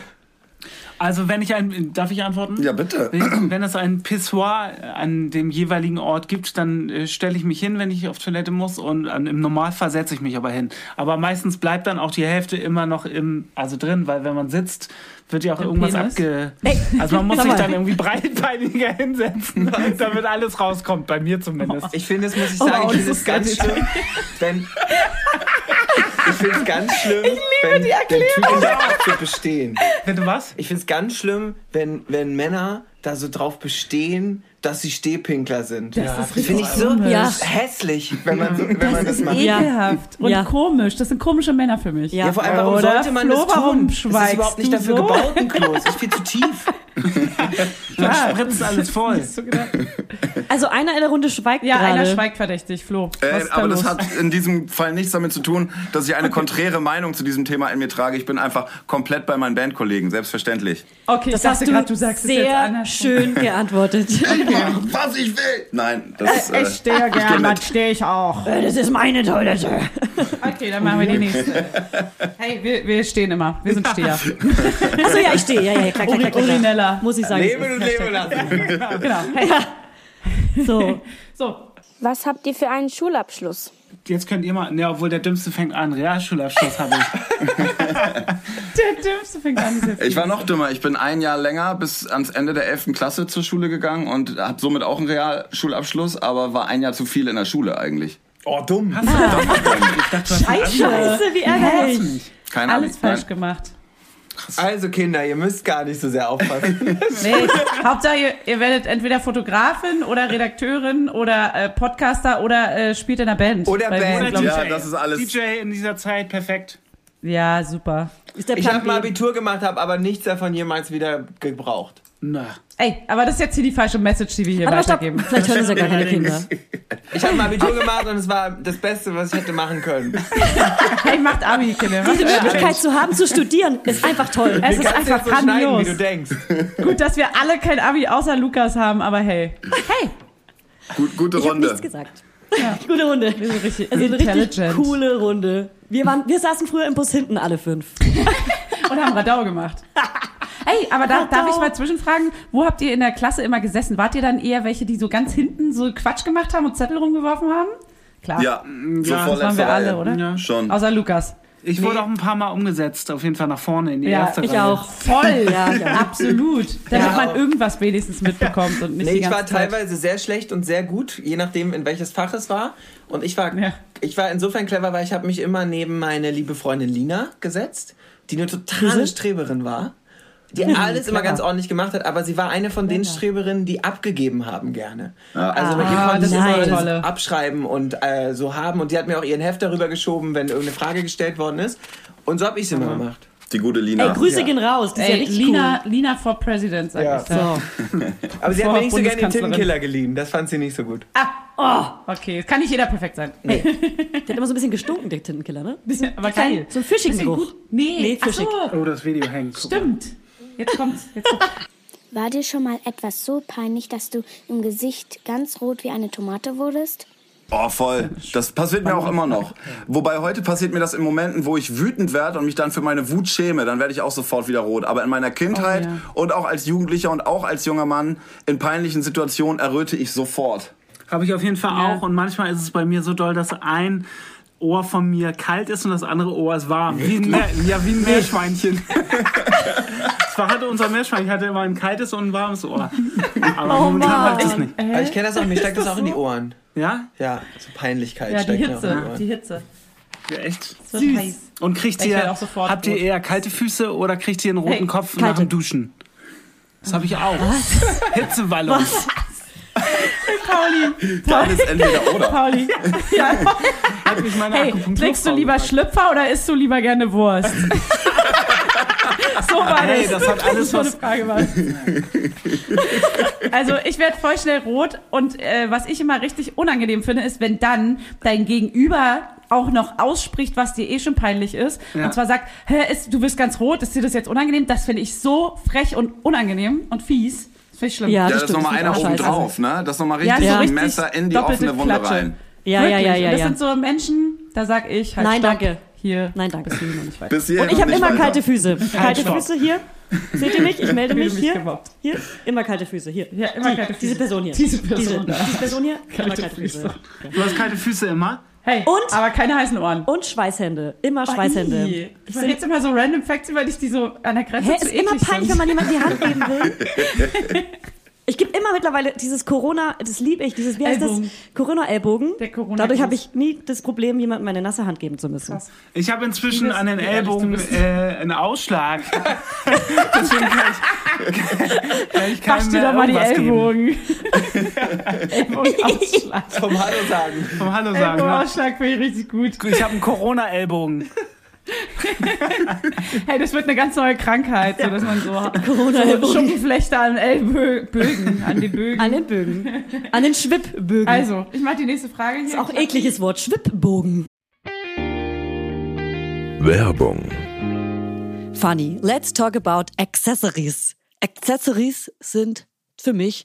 S6: Also wenn ich ein, darf ich antworten?
S5: Ja, bitte.
S6: Wenn wenn es ein Pissoir an dem jeweiligen Ort gibt, dann äh, stelle ich mich hin, wenn ich auf Toilette muss und ähm, im Normalfall setze ich mich aber hin. Aber meistens bleibt dann auch die Hälfte immer noch im, also drin, weil wenn man sitzt, wird ja auch irgendwas
S2: Penis?
S6: abge... Also man muss
S1: Sag
S6: sich
S1: mal.
S6: dann irgendwie breitbeiniger hinsetzen, damit alles rauskommt, bei mir zumindest.
S4: Ich finde es, muss ich sagen,
S2: wow,
S4: ich finde
S2: Oh, das
S4: es
S2: ist
S4: ganz
S2: sehr
S4: schlimm, wenn. Ich finde es ganz schlimm, wenn
S2: die
S4: wenn Typen darauf zu bestehen.
S6: Bitte was?
S4: Ich finde es ganz schlimm, wenn, wenn Männer da so drauf bestehen, dass sie Stehpinkler sind. Das
S2: ist
S4: finde ich so
S1: Ja.
S4: hässlich, wenn man, so, wenn man das macht.
S1: eh- Ja.
S2: Ekelhaft und
S1: Ja.
S2: komisch. Das sind komische Männer für mich.
S4: Ja, vor allem, warum
S2: Oder
S4: sollte man
S2: Flo,
S4: das
S2: warum
S4: tun? Es ist
S2: schweigst
S4: überhaupt nicht
S2: du
S4: dafür
S2: so?
S4: gebaut, ein Klo. Es ist viel zu
S2: (laughs)
S4: tief.
S6: Dann spritzt alles voll.
S2: Hast du gedacht?
S1: Also einer in der Runde schweigt
S2: Ja,
S1: gerade.
S2: einer schweigt verdächtig, Flo. Was
S5: Äh,
S2: ist da
S5: aber das
S2: los?
S5: hat in diesem Fall nichts damit zu tun, dass ich eine konträre Meinung zu diesem Thema in mir trage. Ich bin einfach komplett bei meinen Bandkollegen, selbstverständlich.
S2: okay,
S1: Das
S2: ich dachte
S1: hast du,
S2: gerade, du sagst es jetzt
S1: sehr
S2: anders. (laughs)
S1: schön geantwortet.
S5: Mach, was ich will. Nein, das
S2: Ich
S5: ist... Äh,
S2: stehe
S5: geh
S2: gern,
S5: mit.
S2: dann stehe ich auch.
S1: Äh, das ist meine Toilette.
S2: Okay, dann machen wir die nächste. Hey, wir, wir stehen immer. Wir sind Steher.
S1: Achso, ja, ich stehe. Ja, ja, klar, klar, klar, klar, klar.
S2: Urinella.
S1: Muss ich sagen.
S4: Leben und leben lassen.
S2: Genau. Hey,
S1: So.
S2: so.
S9: Was habt ihr für einen Schulabschluss?
S6: Jetzt könnt ihr mal... Ja, obwohl der Dümmste fängt an. Realschulabschluss habe ich.
S2: Der Dümmste fängt an. sehr viel.
S5: Ich war noch dümmer. Ich bin ein Jahr länger bis ans Ende der 11. Klasse zur Schule gegangen und hatte somit auch einen Realschulabschluss, aber war ein Jahr zu viel in der Schule eigentlich.
S4: Oh, dumm.
S1: Scheiße, wie ärgerlich.
S5: Keine
S2: Alles
S5: Ahnung.
S2: falsch gemacht.
S4: Also, Kinder, ihr müsst gar nicht so sehr
S2: (laughs)
S4: aufpassen.
S2: Nee, Hauptsache, ihr, ihr werdet entweder Fotografin oder Redakteurin oder äh, Podcaster oder äh, spielt in einer Band.
S4: Oder
S2: Weil wir
S4: Band.
S2: sind, glaub ich-
S5: Ja, das ist alles-
S6: DJ in dieser Zeit, perfekt.
S2: Ja, super.
S1: Ist der
S4: Ich habe mal
S1: Plan B.
S4: Abitur gemacht, habe aber nichts davon jemals wieder gebraucht.
S6: Na.
S2: Ey, aber das ist jetzt hier die falsche Message, die wir hier
S1: Warte mal, stopp.
S2: weitergeben.
S1: Vielleicht hören das ja gar keine Kinder.
S4: Ich habe mal
S2: (laughs)
S4: Abitur gemacht und es war das Beste, was ich hätte machen können.
S2: Hey, macht Abi, Kinder. Macht
S1: Diese Möglichkeit zu haben, zu studieren, ist einfach
S2: (laughs)
S1: toll.
S2: Es ist
S4: Kannst
S2: einfach
S4: jetzt so schneiden, wie
S2: grandios.
S4: du denkst.
S2: Gut, dass wir alle kein Abi außer Lukas haben, aber hey. Hey,
S5: Gut, gute
S1: Ich habe
S5: Runde.
S1: nichts gesagt. Gute Runde.
S2: wir sind richtig
S1: Also eine richtig
S2: intelligent
S1: coole Runde. Wir, waren, wir saßen früher im Bus hinten alle fünf.
S2: und haben
S1: (laughs)
S2: Radau gemacht. Hey, aber da, darf ich mal zwischenfragen, wo habt ihr in der Klasse immer gesessen? Wart ihr dann eher welche, die so ganz hinten so Quatsch gemacht haben und Zettel rumgeworfen haben? Klar.
S5: Ja, so
S6: das
S5: vorletzte
S2: Mm, waren wir alle,
S5: Reihe.
S2: oder?
S5: Schon.
S2: Außer Lukas.
S6: Ich wurde auch ein paar Mal umgesetzt, auf jeden Fall nach vorne in die
S2: Ja,
S6: erste
S2: ich
S6: Reihe.
S2: auch. Voll, ja, absolut. Damit
S4: Ja.
S2: man irgendwas wenigstens mitbekommt und nicht
S4: Nee,
S2: die
S4: ich
S2: ganze
S4: war
S2: Zeit.
S4: teilweise sehr schlecht und sehr gut, je nachdem, in welches Fach es war. Und ich war,
S2: Ja.
S4: ich war insofern clever, weil ich habe mich immer neben meine liebe Freundin Lina gesetzt, die eine
S2: Mhm.
S4: totale Streberin war, die alles immer ganz ordentlich gemacht hat, aber sie war eine von den Streberinnen, die abgegeben haben gerne. Also bei ihr
S2: Ah,
S4: konnte
S2: das
S4: ich immer
S2: ist
S4: alles
S2: tolle.
S4: abschreiben und äh, so haben. Und die hat mir auch ihren Heft darüber geschoben, wenn irgendeine Frage gestellt worden ist. Und so habe ich es
S2: Ah.
S4: immer gemacht.
S5: Die gute Lina.
S1: Ey, Grüße gehen raus. Das ist ja
S2: Ey,
S1: richtig
S2: Lina, Lina for President, sag
S4: Ja.
S2: ich da.
S4: Aber sie hat
S2: Vor
S4: mir nicht so gerne den
S2: Bundeskanzlerin. Äh?
S4: Tintenkiller geliehen. Das fand sie nicht so gut.
S1: cool.
S2: Ah, oh. Okay, kann nicht jeder perfekt sein. (laughs)
S1: Oh, der hat immer so ein bisschen gestunken, der Tintenkiller, ne?
S2: Ja, aber geil.
S1: So ein fischigen
S2: Bisschen
S1: Geruch.
S2: gut- Nee,
S1: Nee,
S2: ach
S1: fischig.
S2: so,
S6: Oh, das Video hängt. Guck mal.
S2: stimmt. Jetzt kommt's. Jetzt kommt's.
S8: War dir schon mal etwas so peinlich, dass du im Gesicht ganz rot wie eine Tomate wurdest?
S5: Oh, voll. Das passiert mir auch immer noch. Wobei heute passiert mir das in Momenten, wo ich wütend werde und mich dann für meine Wut schäme. Dann werde ich auch sofort wieder rot. Aber in meiner Kindheit
S2: Oh, ja.
S5: und auch als Jugendlicher und auch als junger Mann in peinlichen Situationen erröte ich sofort.
S6: Habe ich auf jeden Fall
S2: Ja.
S6: auch. Und manchmal ist es bei mir so doll, dass ein Ohr von mir kalt ist und das andere Ohr ist warm. Wie ein, Meer- ja, wie ein Meerschweinchen. (laughs) das war, hatte unser Meerschweinchen hatte immer ein kaltes und ein
S2: (laughs)
S6: warmes Ohr. Aber
S2: Oh
S6: momentan hat es nicht.
S4: Aber ich kenne das auch, mir steckt das auch
S2: (laughs)
S4: in die Ohren.
S6: Ja?
S4: Ja, so Peinlichkeit
S2: Ja, die
S4: steckt mir auch in die
S2: Hitze,
S4: Ohren.
S2: die Hitze.
S6: ja echt.
S2: Das wird heiß.
S6: Und kriegt
S2: Ich werd
S6: ihr,
S2: auch sofort
S6: habt ihr
S2: rot.
S6: eher kalte Füße oder kriegt ihr einen roten
S2: Hey,
S6: Kopf nach
S1: kalte.
S6: dem Duschen? Das habe ich auch. (laughs) Hitzewallung.
S2: Pauli,
S5: Dann ist entweder
S4: (laughs)
S5: oder.
S2: Pauli. Ja.
S6: Hat mich meine
S2: Hey,
S6: Akupunkturfrau
S2: trägst du lieber
S6: gefragt.
S2: Schlüpfer oder isst du lieber gerne
S6: (laughs)
S2: Wurst? so war
S6: Hey,
S2: das.
S6: das hat alles
S2: so eine
S6: was.
S2: Frage war.
S6: (laughs)
S2: Also ich werde voll schnell rot und äh, was ich immer richtig unangenehm finde, ist, wenn dann dein Gegenüber auch noch ausspricht, was dir eh schon peinlich ist.
S6: Ja.
S2: Und zwar sagt, Hä, ist, du bist ganz rot, ist dir das jetzt unangenehm? Das finde ich so frech und unangenehm und fies. Das finde ich schlimm.
S1: Ja,
S5: Ja, das ist
S1: stimmt,
S5: nochmal
S1: das
S5: einer
S1: ist
S5: oben
S1: scheiße.
S5: drauf, ne? Das ist nochmal
S2: Ja,
S5: richtig
S2: so
S5: ein
S2: richtig
S5: Messer in die
S2: doppelte
S5: offene Wunde
S2: Klatsche.
S5: rein.
S1: Ja, ja, ja,
S2: Wirklich.
S1: ja.
S2: Und das
S1: ja.
S2: sind so Menschen, da sag ich halt
S1: Nein,
S2: stopp,
S1: danke.
S2: Hier.
S1: Nein, danke.
S2: Bis hierhin und nicht weiter.
S5: Bis hierhin
S1: Und ich habe
S5: nicht
S1: immer
S5: weiter.
S1: kalte Füße. Kalte
S6: Stopp.
S1: Füße hier. Seht ihr mich? Ich melde mich
S2: Fühle mich
S1: hier.
S2: gemobbt.
S1: Hier. Immer kalte Füße. Hier.
S2: Ja, immer
S1: Die-
S2: kalte Füße.
S1: Diese Person hier.
S2: Diese Person da.
S1: Diese,
S2: (laughs)
S1: diese Person hier. immer
S2: Kalte
S1: kalte Füße.
S2: Füße.
S6: Du hast kalte Füße immer?
S2: Hey,
S1: Und?
S2: aber keine heißen Ohren.
S1: Und Schweißhände. Immer Schweißhände.
S2: Ii. Ich meine, jetzt immer so random Facts über dich, die so an der Grenze
S1: Hä,
S2: zu
S1: ist immer
S2: eklig
S1: peinlich,
S2: sind.
S1: wenn man jemandem die Hand geben will.
S2: (laughs)
S1: Ich gebe immer mittlerweile dieses Corona, das liebe ich, dieses, wie heißt
S2: Ellbogen.
S1: das? Corona-Ellbogen.
S2: Der Corona-Gruß.
S1: Dadurch habe ich nie das Problem, jemandem meine nasse Hand geben zu müssen.
S2: Krass.
S6: Ich habe inzwischen
S2: Liebes,
S6: an den
S2: wie ehrlich du
S6: Ellbogen
S2: bist.
S6: äh, einen Ausschlag. (laughs) Deswegen kann ich, kann ich
S2: Wasch
S6: keinem
S2: dir
S6: mehr
S2: doch mal die
S6: irgendwas geben.
S2: Ellbogen. Ellbogenausschlag.
S4: Vom Hallo sagen.
S6: Vom Hallo sagen. ne?
S2: Ellbogenausschlag finde ich richtig gut.
S6: Ich habe einen Corona-Ellbogen.
S2: Hey, das wird eine ganz neue Krankheit, so dass
S1: (laughs)
S2: man so
S1: Corona-Ellbogen.
S2: Schuppenflechte an Ellbögen, an den Bögen.
S1: An den Bögen. An den Schwibbögen.
S2: Also, ich mache die nächste Frage hier.
S1: ist auch ein ekliges Wort. Schwibbogen.
S3: Werbung,
S1: (laughs) Funny. Let's talk about Accessories. Accessories sind für mich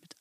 S7: mit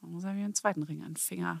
S7: Dann muss er mir einen zweiten Ring an den Finger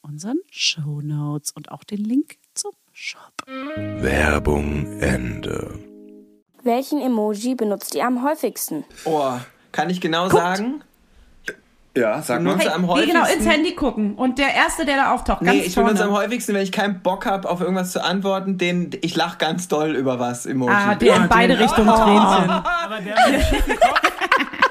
S7: unseren Show Notes und auch den Link zum Shop.
S3: Werbung Ende.
S9: Welchen Emoji benutzt ihr am häufigsten?
S4: Oh, kann ich genau sagen?
S5: Ja, sag mal.
S4: Benutze am
S2: Nee,
S4: häufigsten.
S2: genau, ins Handy gucken. Und der Erste, der da auftaucht, ganz
S4: Nee, ich
S2: vorne.
S4: benutze am häufigsten, wenn ich keinen Bock habe, auf irgendwas zu antworten, den ich lach ganz doll über was Emoji.
S2: ah, der in beide Richtungen
S4: Oh.
S2: Tränchen.
S6: Aber der mit dem schiefen Kopf,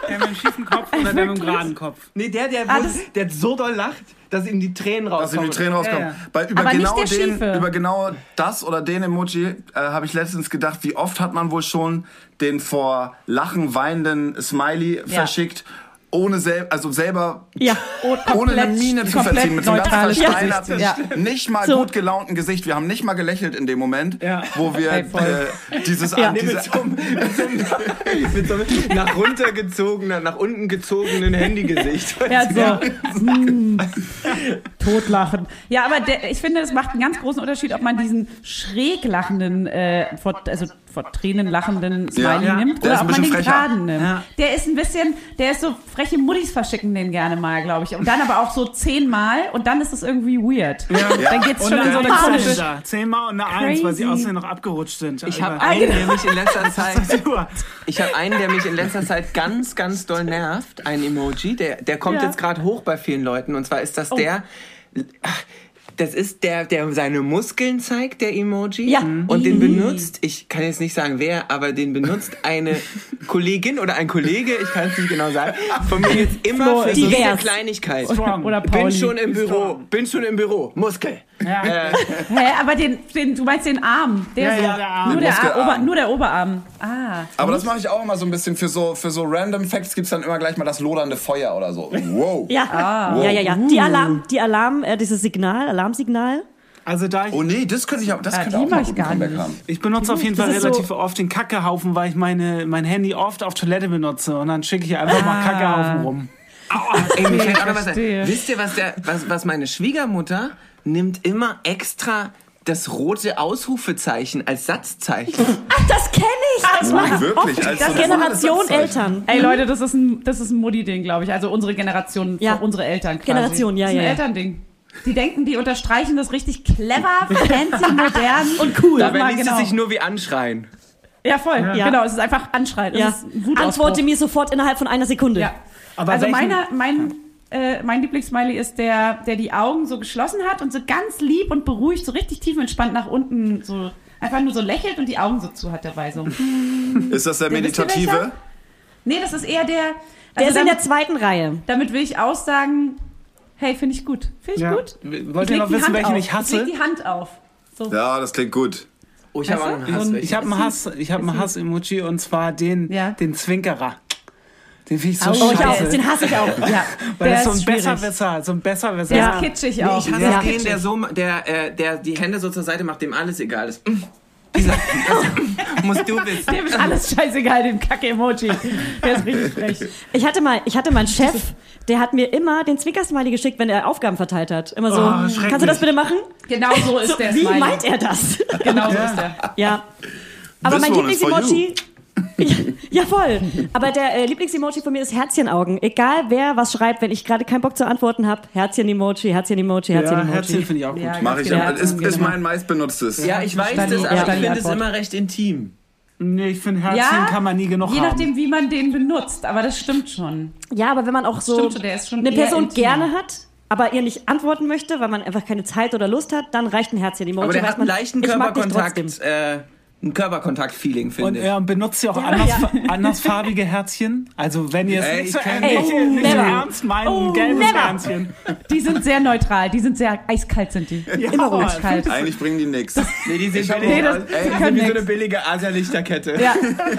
S6: der mit dem schiefen Kopf oder der mit dem geraden Kopf.
S4: nee, der, der,
S2: Ah,
S4: wo-
S2: das-
S4: der so doll lacht, dass ihm die Tränen
S5: Dass ihm
S4: rauskommen. (laughs)
S5: die Tränen rauskommen.
S6: Ja, ja.
S5: Bei über,
S2: Aber nicht
S5: genau
S2: der
S5: den,
S2: Schiefe.
S5: über genau das oder den Emoji äh, habe ich letztens gedacht, wie oft hat man wohl schon den vor Lachen weinenden Smiley verschickt, ohne sel also selber
S2: Ja, oh,
S5: ohne
S2: komplett-
S5: eine Miene zu
S2: komplett
S5: verziehen, mit so einem ganz
S2: neutrales
S5: versteinerten,
S2: Gesicht.
S5: nicht mal gut gelaunten Gesicht. Wir haben nicht mal gelächelt in dem Moment,
S6: Ja.
S5: wo wir
S2: Ey, voll.
S5: äh, dieses
S2: Ja.
S5: diese,
S4: Mit so einem nach runtergezogenen, nach unten gezogenen Handygesicht. (laughs)
S2: Ja, so. Hm. Totlachen. Ja, aber der, ich finde, es macht einen ganz großen Unterschied, ob man diesen schräg lachenden, äh, vor, also vor Tränen lachenden Smiley
S5: ja.
S2: nimmt
S5: Der
S2: oder
S5: ist ein
S2: ob man den
S5: bisschen frecher.
S2: geraden nimmt. Der ist ein bisschen, der ist so freche Muttis verschicken den gerne mal, glaube ich. Und dann aber auch so zehnmal und dann ist es irgendwie weird. Dann geht's schon in so eine
S6: Eins
S2: komische.
S6: da. Zehnmal und eine Eins, weil sie
S2: Crazy.
S6: aussehen noch abgerutscht sind. Äh,
S4: Ich
S2: Ah,
S4: habe
S2: genau.
S4: einen, der mich
S2: (laughs)
S4: in letzter Zeit,
S6: Über-
S4: ich habe einen, der mich in letzter Zeit ganz, ganz doll nervt. Ein Emoji, der, der kommt
S2: Ja. Oh.
S4: jetzt gerade hoch bei vielen Leuten. Und zwar ist das der, ach, das ist der, der seine Muskeln zeigt, der Emoji.
S2: Ja.
S4: Und den benutzt, ich kann jetzt nicht sagen wer, aber den benutzt eine Kollegin oder ein Kollege, ich kann es nicht genau sagen, von mir jetzt immer
S2: Flo,
S4: für so eine
S2: divers.
S4: Kleinigkeit.
S6: Strong.
S2: Oder Pauli.
S4: Bin schon im Büro, bin schon im Büro, Muskel.
S6: Ja.
S2: Hä, aber den, den, du meinst den Arm. Der
S6: Ja,
S2: so.
S6: ja, der Arm.
S2: Nur,
S5: Den
S2: der Ar-
S5: Muskelarm.
S2: Ober, nur der Oberarm. Ah.
S5: Aber das mache ich auch immer so ein bisschen für so für so Random Facts gibt's dann immer gleich mal das lodernde Feuer oder so. Wow.
S1: Ja,
S2: Ah.
S1: ja, ja, ja. Die
S2: Uh.
S1: Alarm, die Alarm, äh, dieses Signal, Alarmsignal.
S6: Also da ich,
S5: Oh nee, das könnte ich auch, das könnte
S2: die
S5: auch mal
S2: mag ich
S5: gut
S2: gar
S5: Comeback
S2: nicht.
S5: haben.
S6: ich benutze auf jeden Fall
S1: Das ist so-
S6: relativ oft den Kackehaufen, weil ich meine, mein Handy oft auf Toilette benutze und dann schicke ich einfach mal
S2: Ah.
S6: Kackehaufen rum.
S4: Ey, mir fällt auch noch was
S2: verstehe.
S4: ein. Wisst ihr, was, der, was, was meine Schwiegermutter nimmt immer extra das rote Ausrufezeichen
S2: (laughs)
S4: als Satzzeichen.
S1: Ach, das kenne ich. Das machen
S5: (laughs) Wirklich,
S1: oft
S5: Also als
S1: das
S5: so ein
S1: Generation
S5: normales Satzzeichen.
S1: Eltern.
S2: Ey Leute, das ist ein, das ist ein Mutti-Ding, glaube ich. Also unsere Generation,
S1: Ja.
S2: unsere Eltern quasi.
S1: Generation, ja,
S2: das ist ein
S1: ja, ja.
S2: Elternding. Die denken, die unterstreichen das
S1: (laughs)
S2: richtig clever, fancy, modern und cool.
S4: Dabei
S2: Mal
S4: liest
S2: genau.
S4: es sich nur wie anschreien.
S2: ja, voll.
S1: Ja.
S2: Genau, es ist einfach anschreien.
S1: Ja.
S2: Es ist ein Wutausbruch.
S1: Antworte mir sofort innerhalb von einer Sekunde.
S2: Ja.
S6: Aber
S2: also
S6: welchen-
S2: meiner, mein, äh, mein Lieblingssmiley ist der, der die Augen so geschlossen hat und so ganz lieb und beruhigt, so richtig tief entspannt nach unten, so einfach nur so lächelt und die Augen so zu hat dabei. So.
S5: Ist das der
S2: Nee, wisst ihr
S5: meditative?
S2: welcher? Nee, das ist eher der.
S1: Der ist
S2: also
S1: in
S2: damit-
S1: der zweiten Reihe.
S2: Damit will ich aussagen, hey, finde ich gut. Finde ich
S6: Ja.
S2: gut.
S6: Wollt
S2: Ich
S6: ihr
S2: leg
S6: noch
S2: die
S6: wissen,
S2: Hand
S6: welchen
S2: auf.
S6: ich hasse?
S2: Ich leg die Hand auf. So.
S5: Ja, das klingt gut.
S4: Oh, ich habe auch
S2: Weißt
S4: einen
S2: du?
S4: Hass.
S2: Und
S4: welchen.
S6: Ich habe einen Hass, ich habe einen Hass-Emoji und zwar den,
S2: Ja.
S6: den Zwinkerer. Den finde ich so
S2: Oh,
S1: Oh, ich auch.
S6: scheiße.
S1: Den hasse ich auch.
S2: Ja,
S6: weil
S2: der
S6: das so
S2: ist
S6: ein
S2: schwierig.
S6: Besserwisser, so ein Besserwisser.
S2: Der ist kitschig auch.
S4: Ich hasse
S2: ja.
S4: den, der, so, der, äh, der die Hände so zur Seite macht, dem alles egal ist. (laughs) Mm. Dieser, das musst du wissen.
S2: Dem ist alles scheißegal, dem Kacke-Emoji. Der ist richtig frech.
S1: Ich hatte mal, ich hatte mal einen Chef, der hat mir immer den Zwinkersmiley geschickt, wenn er Aufgaben verteilt hat. Immer so,
S6: Oh,
S1: kannst du das
S6: schrecklich.
S1: bitte machen?
S2: Genau so ist
S1: So,
S2: der
S1: wie
S2: Smiley.
S1: meint er das?
S2: Genau so ist der.
S1: ja. Aber
S5: This
S1: mein
S5: one is for
S1: Lieblings-Emoji. Ja, (laughs) ja, voll. Aber der äh, Lieblings-Emoji von mir ist Herzchen-Augen. Egal wer was schreibt, wenn ich gerade keinen Bock zu antworten habe, Herzchen-Emoji, Herzchen-Emoji,
S6: Ja,
S1: Herzchen-Emoji.
S6: Herzchen finde ich auch gut.
S2: Ja, ganz
S5: Mach ich.
S2: viele
S5: Ja,
S2: Herzen,
S5: ist, ist
S2: genau.
S5: mein meistbenutztes.
S4: Ja, ich weiß
S2: Stani-
S4: das,
S2: ja,
S4: aber ich finde es
S2: Stani-Antwort.
S4: immer recht intim.
S6: Nee, ich finde Herzchen
S2: Ja,
S6: kann man nie genug
S2: Je
S6: haben.
S2: nachdem, wie man den benutzt. Aber das stimmt schon.
S1: ja, aber wenn man auch so
S2: Stimmt schon, der ist schon
S1: eine
S2: eher
S1: Person
S2: intim.
S1: gerne hat, aber ihr nicht antworten möchte, weil man einfach keine Zeit oder Lust hat, dann reicht ein Herzchen-Emoji.
S4: Aber der
S1: weiß
S4: hat einen
S1: man,
S4: leichten
S1: ich mag dich
S4: Körperkontakt.
S1: trotzdem.
S4: Äh, ein Körperkontakt-Feeling,
S6: Und
S4: finde ich.
S6: äh, benutzt sie auch anders, andersfarbige Herzchen? Also wenn ihr es
S4: Ey,
S6: nicht
S4: ich
S6: so,
S4: kenn-
S6: nicht,
S2: Ey,
S6: nicht so
S2: never.
S6: ernst meint, ein
S2: Oh,
S6: gelbes
S2: never.
S6: Herzchen.
S2: Die sind sehr neutral, die sind sehr eiskalt sind die.
S6: Immer ruhig.
S2: eiskalt.
S5: Eigentlich bringen die nichts.
S2: (laughs)
S4: Nee, die sind, billig,
S2: Nee, das-
S4: aus-
S2: die
S4: ey, die
S2: können
S4: sind wie so
S2: nix.
S4: eine billige Asia-Lichterkette.
S2: Ja,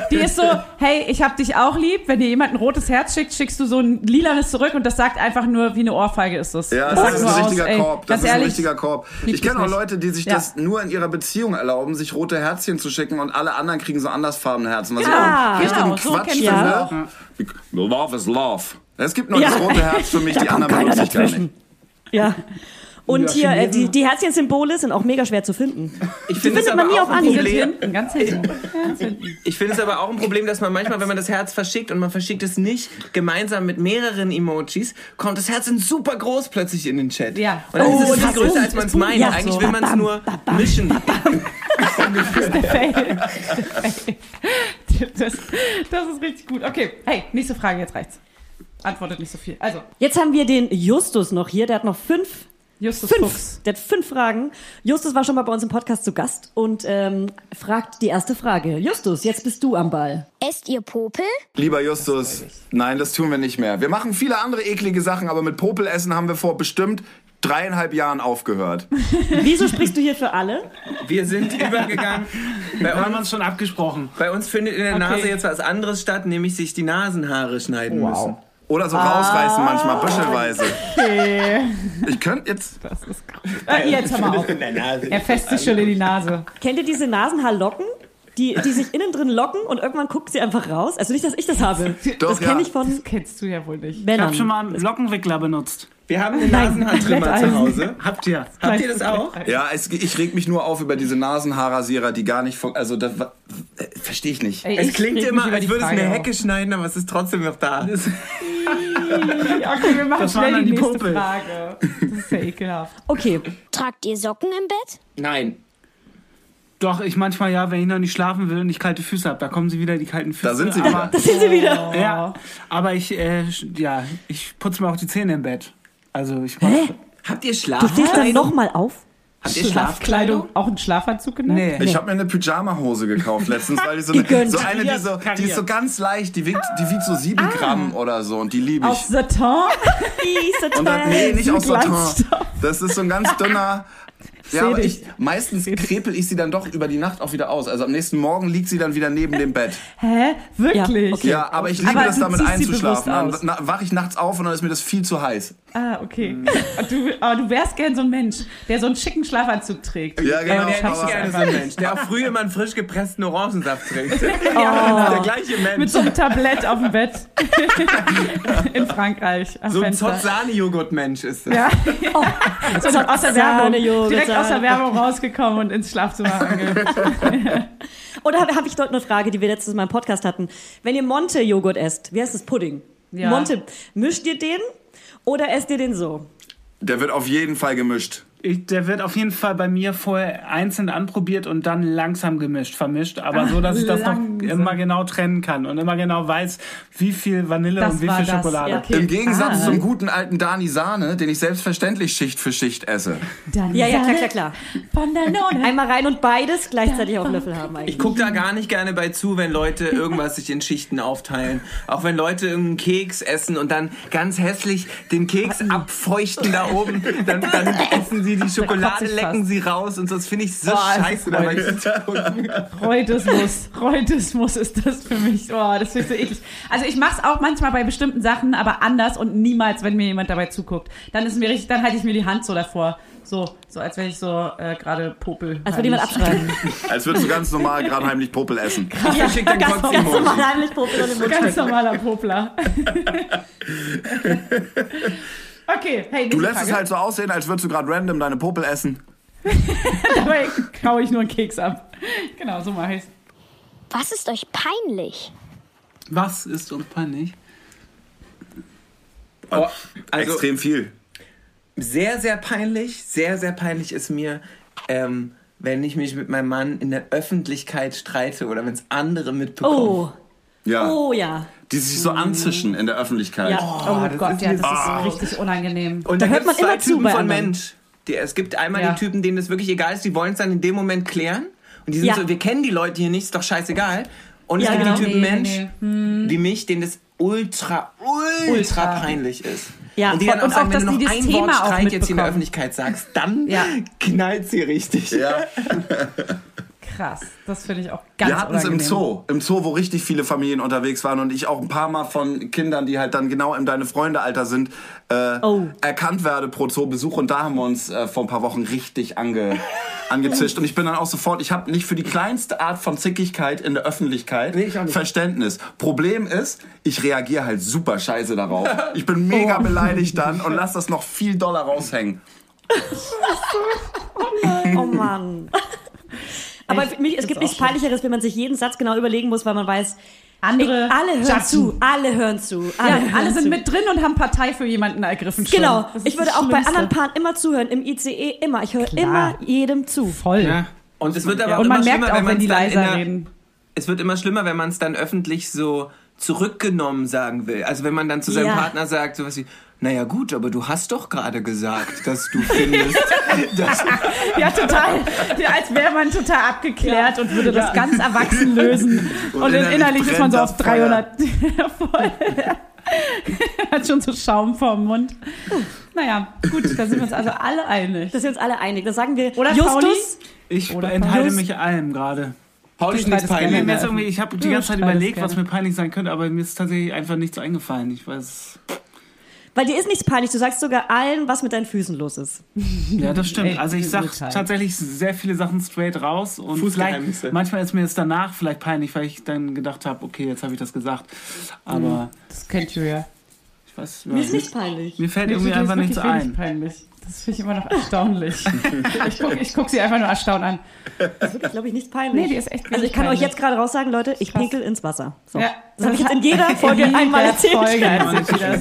S2: die ist so, hey, ich hab dich auch lieb. Wenn dir jemand ein rotes Herz schickt, schickst du so ein lilanes zurück und das sagt einfach nur, wie eine Ohrfeige ist das.
S5: Ja,
S2: das
S5: das ist
S2: sagt
S5: ein
S2: nur
S5: richtiger
S2: aus, ey,
S5: Korb. Das
S2: ganz
S5: ist ein
S2: ehrlich,
S5: richtiger Korb.
S2: lieb
S5: Ich kenne
S2: dich
S5: auch
S2: nicht.
S5: Leute, die sich
S2: Ja.
S5: das nur in ihrer Beziehung erlauben, sich rote Herzchen zu schicken und alle anderen kriegen so andersfarbene Herzen. Was
S2: Ja,
S5: ich auch einen
S2: genau,
S5: richtigen
S2: so
S5: Quatsch
S2: kenn ich
S1: das
S5: finde. Love is love. Es gibt nur das rote Herz für mich, die
S1: kommt
S5: anderen
S1: keiner
S5: benutze ich gar nicht.
S1: Ja. Und hier, äh,
S10: Chinesen-
S1: die, die Herzchen-Symbole sind auch mega schwer zu finden.
S4: Ich finde
S1: findet
S4: es aber
S1: man nie
S4: auch
S1: auf
S4: ein
S1: Anhieb.
S2: Die
S4: Problem.
S2: sind hinten,
S5: (laughs)
S2: ganz hinten. Ganz hinten.
S4: Ich finde es aber auch ein Problem, dass man manchmal, wenn man das Herz verschickt und man verschickt es nicht gemeinsam mit mehreren Emojis, kommt das Herz in super groß plötzlich in den Chat.
S2: Ja.
S4: Und dann
S1: Oh,
S4: ist es
S1: das
S4: viel größer,
S1: Punkt,
S4: als man
S1: das
S4: es
S1: Punkt,
S4: meint.
S1: ja,
S4: Eigentlich
S1: so.
S4: will man es
S1: Babam,
S4: nur mischen.
S2: Das, das ist richtig gut. Okay, hey, nächste Frage, jetzt reicht's. Antwortet nicht so viel. Also,
S1: Jetzt haben wir den Justus noch hier, der hat noch fünf
S2: Justus Fuchs.
S1: Fünf. Der hat fünf Fragen. Justus war schon mal bei uns im Podcast zu Gast und ähm, fragt die erste Frage. Justus, jetzt bist du am Ball.
S8: Esst ihr Popel?
S5: Lieber Justus, nein, das tun wir nicht mehr. Wir machen viele andere eklige Sachen, aber mit Popelessen haben wir vor bestimmt dreieinhalb Jahren aufgehört.
S1: Wieso sprichst du hier für alle?
S4: Wir sind übergegangen. Bei
S6: Da haben wir
S4: uns,
S6: uns schon abgesprochen.
S4: bei uns findet in der Nase jetzt was anderes statt, nämlich sich die Nasenhaare schneiden müssen.
S5: Oder so
S2: Ah.
S5: rausreißen manchmal, büschelweise. Ich könnte jetzt...
S2: Das ist gut. Ah, jetzt hör
S4: (laughs)
S2: mal auf. Er fässt sich schon in die Nase.
S1: Kennt ihr diese Nasenhaarlocken? Die, die sich innen drin locken und irgendwann guckt sie einfach raus. Also nicht, dass ich das habe.
S5: Doch,
S1: das kenne
S5: ja.
S1: ich von
S2: Kennst du ja wohl nicht.
S6: Ich
S1: Männern.
S6: habe schon mal einen Lockenwickler benutzt.
S4: Wir haben einen Nasenhaartrimmer zu Hause.
S6: Habt ihr?
S4: Habt ihr das auch?
S5: Ja, es, ich reg mich nur auf über diese Nasenhaarrasierer, die gar nicht... fun- Also, das wa- äh, verstehe ich nicht.
S2: Ey,
S4: Es
S2: ich
S4: klingt
S2: reg mich
S4: immer,
S2: über
S4: als
S2: die
S4: würde es
S2: Frage
S4: eine
S2: auf.
S4: Hecke schneiden, aber es ist trotzdem noch da.
S2: (laughs) Okay, wir machen
S6: Das waren
S2: schnell
S6: dann
S2: die,
S6: die
S2: nächste
S6: Popel.
S2: Frage. Das ist ja ekelhaft.
S1: Okay,
S8: Tragt ihr Socken im Bett?
S4: Nein.
S6: Doch, ich manchmal ja, wenn ich noch nicht schlafen will und ich kalte Füße habe, da kommen sie wieder, die kalten Füße.
S5: Da sind sie
S6: aber,
S1: das sind sie wieder.
S2: Oh.
S6: Ja, aber ich, äh, sch- ja, ich putze mir auch die Zähne im Bett. Also ich mach,
S4: Habt ihr
S1: Du stehst dann
S4: Schlafkleidung?
S1: nochmal auf.
S4: Habt ihr Schlafkleidung?
S2: Auch einen Schlafanzug genannt?
S6: Nee.
S5: Ich habe mir eine Pyjama-Hose gekauft letztens, weil die so eine,
S1: Gegönnt.
S5: so eine die, so, die ist so ganz leicht, die wiegt, die wiegt so sieben Gramm oder so und die liebe
S2: Ah.
S5: ich.
S2: Aus Satan?
S1: Diese
S5: Und dann,
S1: Teil.
S5: nee, nicht
S2: ein
S5: aus Satin.
S2: Glanzstoff.
S5: Das ist so ein
S2: (laughs)
S5: ganz dünner. Ja, aber
S2: dich.
S5: ich, meistens krepel ich sie dann doch über die Nacht auch wieder aus. Also am nächsten Morgen liegt sie dann wieder neben
S2: (laughs)
S5: dem Bett.
S2: Hä? Wirklich?
S1: Ja, okay.
S5: Ja, aber ich liebe
S2: Aber
S5: das
S2: du
S5: damit
S2: ziehst sie
S5: einzuschlafen. Dann
S2: bewusst
S5: na- wache ich nachts auf und dann ist mir das viel zu heiß.
S2: Ah, okay.
S5: Hm.
S2: (laughs) Und du, aber du wärst gern so ein Mensch, der so einen schicken Schlafanzug trägt.
S4: Ja,
S5: Ja, genau.
S4: und der
S5: aber-
S4: nicht gerne so ein Mensch, der auch früh immer einen frisch gepressten Orangensaft
S2: (laughs)
S4: trinkt. Der gleiche
S2: Mit
S4: Mensch.
S2: so einem Tablett auf dem Bett. (laughs) In Frankreich. Am
S4: So ein
S2: Fenster.
S4: Zotzani-Joghurt-Mensch ist das.
S2: Ja. so ein aus der Werbung.
S1: Sahnejoghurt,
S2: Direkt aus der
S1: Sahne.
S2: Werbung rausgekommen und ins
S5: (laughs)
S2: Schlafzimmer ange.
S1: Oder habe hab ich dort eine Frage, die wir letztes Mal im Podcast hatten? Wenn ihr Monte-Joghurt esst, wie heißt das? Pudding?
S2: Ja.
S1: Monte, mischt ihr den oder esst ihr den so?
S5: Der wird auf jeden Fall gemischt.
S6: ich, der wird auf jeden Fall bei mir vorher einzeln anprobiert und dann langsam gemischt, vermischt. Aber so, dass ich das noch
S2: langsam.
S6: immer genau trennen kann und immer genau weiß, wie viel Vanille
S2: Das
S6: und wie
S2: war
S6: viel
S2: das,
S6: Schokolade.
S2: ja. Okay.
S5: Im Gegensatz
S2: Ah.
S5: zum guten alten Dani Sahne, den ich selbstverständlich Schicht für Schicht esse.
S2: Dann
S1: Ja, ja, klar,
S2: Sahne
S1: klar, klar.
S2: Von Danone.
S1: Einmal rein und beides gleichzeitig auf den Löffel haben eigentlich.
S4: Ich gucke da gar nicht gerne bei zu, wenn Leute irgendwas sich in Schichten aufteilen. Auch wenn Leute irgendeinen Keks essen und dann ganz hässlich den Keks abfeuchten da oben,
S2: (laughs)
S4: dann, dann essen sie die Schokolade,
S2: ich fast.
S4: lecken sie raus und so. das finde ich so
S2: Boah, das
S4: scheiße. Da war ich so-
S2: Reutismus. Reutismus ist das für mich. Oh, das finde ich so eklig. Also ich mache es auch manchmal bei bestimmten Sachen, aber anders und niemals, wenn mir jemand dabei zuguckt. Dann ist mir richtig, dann halte ich mir die Hand so davor. So, so als wenn ich so äh, gerade popel.
S1: Als würde jemand abschreiben.
S5: Als würdest du ganz normal gerade heimlich Popel essen.
S4: Ich verschicke dann
S1: Ganz
S4: Kotz-Emoji.
S1: normal heimlich Popel und im Mund
S2: (laughs) Ganz
S1: stecken.
S2: normaler Popler. okay, hey, nächste
S5: Du lässt es
S2: Frage.
S5: halt so aussehen, als würdest du gerade random deine Popel essen.
S2: (laughs) Dabei kau ich nur einen Keks ab. Genau, so mache ich's.
S8: Was ist euch peinlich?
S6: Was ist uns peinlich?
S4: Oh, also-
S5: Extrem viel.
S4: sehr, sehr peinlich, sehr, sehr peinlich ist mir, ähm, wenn ich mich mit meinem Mann in der Öffentlichkeit streite oder wenn es andere mitbekommen.
S1: Oh,
S5: Ja.
S1: oh ja.
S5: Die sich so anzischen in der Öffentlichkeit.
S1: ja.
S2: Oh, Gott, ja, das
S5: Ah.
S2: ist richtig unangenehm.
S4: Und
S1: Da
S4: da
S1: hört
S4: gibt es
S1: man immer
S4: zwei
S1: zu
S4: Typen
S1: bei
S4: von
S1: anderen.
S4: Mensch. Die, es gibt einmal
S2: Ja.
S4: die Typen, denen das wirklich egal ist, die wollen es dann in dem Moment klären. Und die sind
S1: Ja.
S4: so, wir kennen die Leute hier nicht, ist doch scheißegal. Und es
S1: Ja,
S4: gibt
S1: genau.
S4: die Typen
S2: Nee,
S4: Mensch
S2: nee. Hm.
S4: wie mich, denen das ultra, ultra,
S2: Ultra.
S4: peinlich ist.
S1: Ja,
S4: und die dann
S2: und
S4: auch sagen,
S2: auch,
S4: wenn
S2: dass
S4: du
S2: die
S4: noch
S2: das
S4: ein
S2: Thema
S4: Wort
S2: auch
S4: Streit jetzt in der
S2: mitbekommen.
S4: Öffentlichkeit sagst, dann
S2: Ja.
S4: (laughs) knallt sie richtig.
S5: Ja.
S2: Krass. Das finde ich auch ganz
S5: Wir hatten es im
S2: unangenehm.
S5: Zoo. Im Zoo, wo richtig viele Familien unterwegs waren und ich auch ein paar Mal von Kindern, die halt dann genau im Deine-Freunde-Alter sind, äh,
S1: Oh.
S5: erkannt werde pro Zoobesuch. Und da haben wir uns äh, vor ein paar Wochen richtig ange, angezischt. Und ich bin dann auch sofort, ich habe nicht für die kleinste Art von Zickigkeit in der Öffentlichkeit Verständnis. Problem ist, ich reagiere halt super scheiße darauf. Ich bin mega beleidigt dann und lass das noch viel doller raushängen.
S1: Oh
S2: (laughs)
S1: Mann. Aber für mich, es gibt nichts Peinlicheres, wenn man sich jeden Satz genau überlegen muss, weil man weiß,
S2: Andere
S1: ich, alle hören
S2: judgen.
S1: zu, alle hören zu. Alle,
S2: Ja, also-
S1: hören
S2: alle sind
S1: zu.
S2: mit drin und haben Partei für jemanden ergriffen. Schon.
S1: Genau.
S2: Das ist
S1: Ich würde
S2: das
S1: auch bei
S2: Schlimmste.
S1: anderen Paaren immer zuhören, im ICE immer. Ich höre immer jedem zu.
S2: Voll.
S4: Und es wird aber
S2: Und
S4: immer
S2: man merkt
S4: schlimmer,
S2: auch, wenn die
S4: man's dann in
S2: leiser
S4: der-
S2: reden.
S4: es wird immer schlimmer, wenn man es dann öffentlich so zurückgenommen sagen will. Also wenn man dann zu seinem
S1: Ja.
S4: Partner sagt, sowas wie, naja gut, aber du hast doch gerade gesagt, dass du findest,
S5: (laughs)
S4: dass
S2: Ja, total. Ja, als wäre man total abgeklärt und würde das ganz (laughs) erwachsen lösen. Und, in-
S5: innerlich
S2: innerlich ist man
S5: brennt
S2: so
S5: das
S2: auf 300. Ja, (laughs) voll. Hat schon so Schaum vorm Mund. Naja, gut, da sind wir uns also alle einig.
S1: Da sind wir uns alle einig. Da sagen wir,
S2: Oder,
S1: Justus,
S6: Ich enthalte mich allem gerade.
S4: Paul ist nichts
S2: streitest gerne
S6: Mir
S4: peinlich.
S2: mehr.
S6: ist irgendwie- Ich habe die
S2: Ja,
S6: ganze Zeit
S2: schreib das
S6: überlegt, was
S2: gerne.
S6: mir peinlich sein könnte, aber mir ist tatsächlich einfach nichts eingefallen. Ich weiß.
S1: weil dir ist nichts peinlich. Du sagst sogar allen, was mit deinen Füßen los ist.
S6: Ja, das stimmt.
S2: Ey,
S6: Also ich
S2: dieses
S6: sag
S2: Urteil.
S6: tatsächlich sehr viele Sachen straight raus und
S4: Fußgeheimnisse.
S6: vielleicht manchmal ist mir es danach vielleicht peinlich, weil ich dann gedacht habe, okay, jetzt habe ich das gesagt. Aber
S2: Das kennt ihr ja.
S6: ich weiß,
S1: Mir
S6: ja,
S1: ist nichts peinlich.
S6: mir fällt
S2: Nee,
S6: irgendwie
S2: Judy ist
S6: einfach nichts
S2: wirklich wenig
S6: ein.
S2: Peinlich. Das finde ich immer noch
S6: (laughs)
S2: erstaunlich. ich gucke ich guck sie einfach nur erstaunt an.
S1: Das ist, glaube ich, nichts peinlich.
S2: Nee, die ist echt
S1: also ich
S2: wenig
S1: kann euch
S2: peinlich.
S1: jetzt gerade raus sagen, Leute, ich pinkel ins Wasser. So.
S2: Ja.
S1: Das habe ich jetzt in jeder Folge
S2: In
S1: einmal
S2: jeder
S1: erzählt. (laughs)
S2: Folge erzählt sie das.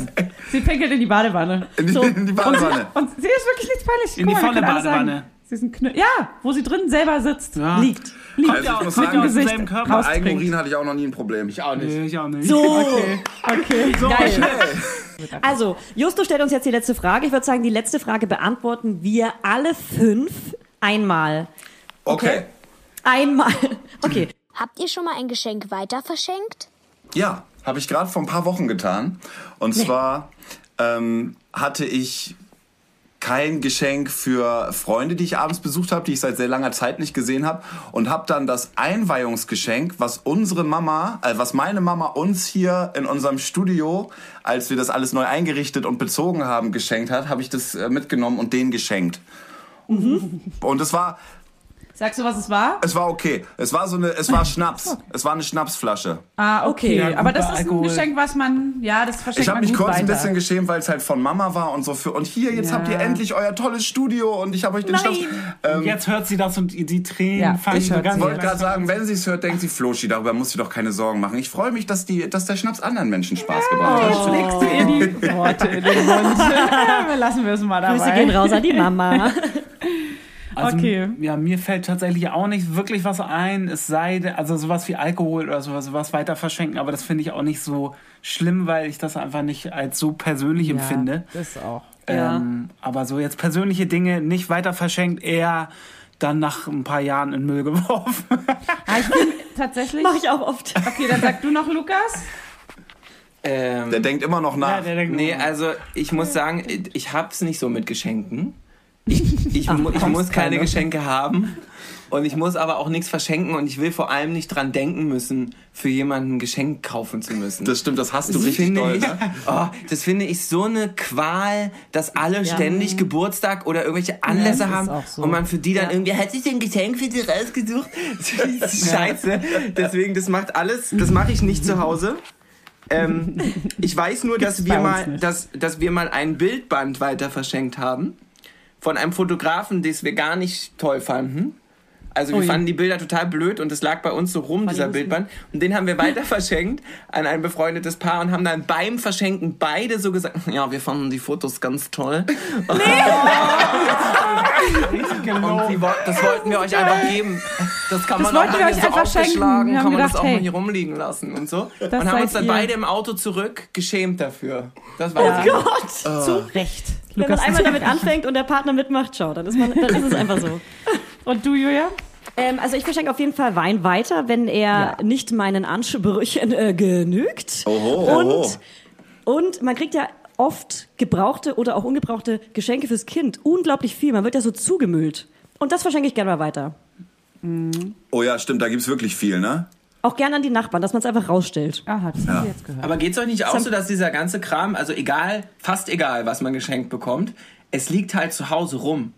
S2: Sie pinkelt in die Badewanne.
S5: In die, in die Badewanne.
S2: Und sie ist wirklich nichts peinlich.
S6: In
S2: Guck mal,
S6: die
S2: wir
S6: volle
S2: können alles sagen.
S6: Badewanne.
S2: Sie ist ein Knü ja, wo sie drin selber sitzt.
S6: Ja.
S2: Liegt. Liegt
S5: Also ich muss
S6: Kommt ja
S5: sagen,
S6: aus
S2: Gesicht.
S6: demselben Körper.
S2: Raus.
S5: mit Eigenurin hatte ich auch noch nie ein Problem. Ich auch
S6: Nee, ich auch nicht.
S1: So.
S2: Okay.
S1: Also, Justo stellt uns jetzt die letzte Frage. Ich würde sagen, die letzte Frage beantworten wir alle fünf einmal.
S5: okay.
S1: Einmal. Okay.
S8: Habt ihr schon mal ein Geschenk weiter verschenkt?
S5: Ja, habe ich gerade vor ein paar Wochen getan. Und zwar ähm, hatte ich kein Geschenk für Freunde, die ich abends besucht habe, die ich seit sehr langer Zeit nicht gesehen habe und habe dann das Einweihungsgeschenk, was unsere Mama, äh, was meine Mama uns hier in unserem Studio, als wir das alles neu eingerichtet und bezogen haben, geschenkt hat, habe ich das äh, mitgenommen und denen geschenkt. Und es war,
S2: Sagst du, was es war?
S5: es war okay. Es war so eine, es war Schnaps. Es war eine Schnapsflasche.
S2: Ah, okay.
S1: Ja, gut,
S2: Aber das ist ein
S6: Alkohol.
S2: Geschenk, was man, ja, das verschenkt
S5: Ich habe
S2: man
S5: mich
S2: gut
S5: kurz
S2: weiter.
S5: ein
S2: (laughs)
S5: bisschen geschämt, weil es halt von Mama war und so für. Und hier, jetzt
S2: Ja.
S5: habt ihr endlich euer tolles Studio und ich habe euch den Schnaps.
S6: Und jetzt hört sie das und die Tränen
S2: Ja,
S6: fangen
S2: ich hört
S5: Ich
S6: ganz
S5: wollte gerade sagen, wenn sie es hört, denkt sie, Floschi, darüber muss sie doch keine Sorgen machen. Ich freue mich, dass, die, dass der Schnaps anderen Menschen Spaß gebracht hat.
S2: Jetzt legst du ihr die Worte in den Mund. Wir lassen wir es mal dabei.
S1: Grüße gehen raus an die
S2: (laughs)
S1: Mama.
S6: Also,
S2: Okay.
S6: Ja, mir fällt tatsächlich auch nicht wirklich was ein, es sei denn, also sowas wie Alkohol oder sowas, sowas weiter verschenken, aber das finde ich auch nicht so schlimm, weil ich das einfach nicht als so persönlich empfinde.
S2: Das auch.
S1: Ja.
S6: Ähm, aber so jetzt persönliche Dinge nicht weiter verschenkt, eher dann nach ein paar Jahren in Müll geworfen.
S2: Ah, ich bin tatsächlich.
S1: Mache ich auch oft.
S2: Okay, dann sag du noch, Lukas.
S4: Ähm,
S5: Der denkt immer noch
S4: Ah,
S5: nach.
S6: (laughs)
S4: Nee, also ich muss sagen, ich hab's nicht so mit Geschenken. Ich, ich, mu- ich muss keine Geschenke haben und ich muss aber auch nichts verschenken und ich will vor allem nicht dran denken müssen, für jemanden ein Geschenk kaufen zu müssen.
S5: das stimmt, das hast du
S4: Das
S5: richtig
S4: finde
S5: doll.
S4: ich,
S5: Ne?
S4: (laughs) oh, das finde ich so eine Qual, dass alle ständig Geburtstag oder irgendwelche Anlässe haben und man für die dann irgendwie, hat sich denn ein Geschenk für dich rausgesucht? (laughs) Das
S2: (laughs)
S4: ist Scheiße. Deswegen, das macht alles, das mache ich nicht zu Hause. Ähm, ich weiß nur, dass wir,
S2: bei uns
S4: mal,
S2: nicht.
S4: dass, dass wir mal ein Bildband weiter verschenkt haben von einem Fotografen, das wir gar nicht toll fanden. Also wir fanden die Bilder total blöd und das lag bei uns so rum, dieser Bildband. Und den haben wir weiter (laughs) verschenkt an ein befreundetes Paar und haben dann beim Verschenken beide so gesagt, (laughs) ja, wir fanden die Fotos ganz toll. (laughs)
S2: (laughs)
S4: Und die, wo- das wollten wir euch einfach geben. Das kann
S2: genau. Das
S4: man
S2: wollten
S4: auch
S2: wir
S4: haben
S2: euch
S4: so
S2: einfach schenken.
S4: aufgeschlagen,
S2: Wir haben
S4: kann man das
S2: gedacht,
S4: auch
S2: hey.
S4: mal hier rumliegen lassen und so. und haben
S2: seid
S4: uns dann
S2: ihr. Oh
S4: beide im Auto zurück geschämt dafür. Das war
S1: Gott,
S4: Ah.
S1: zu Recht. Wenn man einmal damit anfängt und der Partner mitmacht, schau, dann ist, man, dann ist es einfach so.
S2: Und du, Julia?
S1: (laughs) Ähm, also ich verschenke auf jeden Fall Wein weiter, wenn er nicht meinen Ansprüchen äh, genügt.
S5: Oho,
S1: und,
S5: oho.
S1: und man kriegt ja oft gebrauchte oder auch ungebrauchte Geschenke fürs Kind. Unglaublich viel. Man wird ja so zugemüllt. Und das verschenke ich gerne mal weiter.
S5: Oh ja, stimmt, da gibt's wirklich viel, ne?
S1: Auch gerne an die Nachbarn, dass man es einfach rausstellt.
S2: Aha, das haben wir jetzt gehört.
S4: Aber geht's euch nicht auch so, dass dieser ganze Kram, also egal, fast egal, was man geschenkt bekommt, es liegt halt zu Hause rum.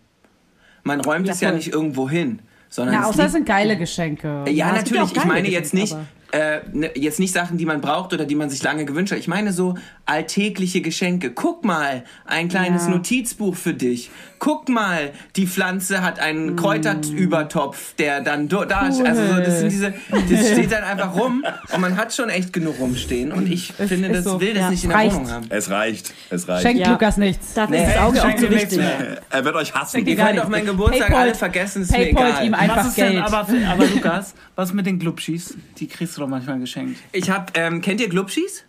S4: Man räumt es ja
S2: voll.
S4: nicht irgendwo hin, sondern
S2: Na,
S4: es
S2: außer es
S4: liegt,
S2: sind geile Geschenke.
S1: Ja, es
S4: ja,
S1: gibt ja auch
S4: natürlich. Ich
S1: geile
S4: meine
S1: Geschenke,
S4: jetzt nicht, äh, ne, jetzt nicht Sachen, die man braucht oder die man sich lange gewünscht hat. Ich meine so alltägliche Geschenke. Guck mal, ein kleines
S2: Ja.
S4: Notizbuch für dich. Guck mal, die Pflanze hat
S2: Mm.
S4: einen Kräuterübertopf, der dann do, da ist. Also so, das sind diese, das steht
S2: (laughs)
S4: dann einfach rum und man hat schon echt genug rumstehen. Und ich finde,
S2: ist
S4: das
S2: so.
S4: will das
S2: Ja.
S4: nicht in der
S2: Reicht.
S4: Wohnung haben.
S5: Es reicht, es reicht.
S2: Schenkt
S1: Ja.
S2: Lukas nichts.
S1: Dafür ist das Auge auch so wichtig.
S5: Er wird euch hassen.
S4: Ihr könnt auf meinen Geburtstag
S2: Paypal-
S4: alle vergessen, ist mir
S2: Paypal ihm
S4: egal.
S2: einfach
S6: Was ist
S2: Geld.
S6: denn aber, aber Lukas, was mit den Glubschis? Die kriegst du doch manchmal geschenkt.
S4: Ich hab, ähm, kennt ihr Glubschis?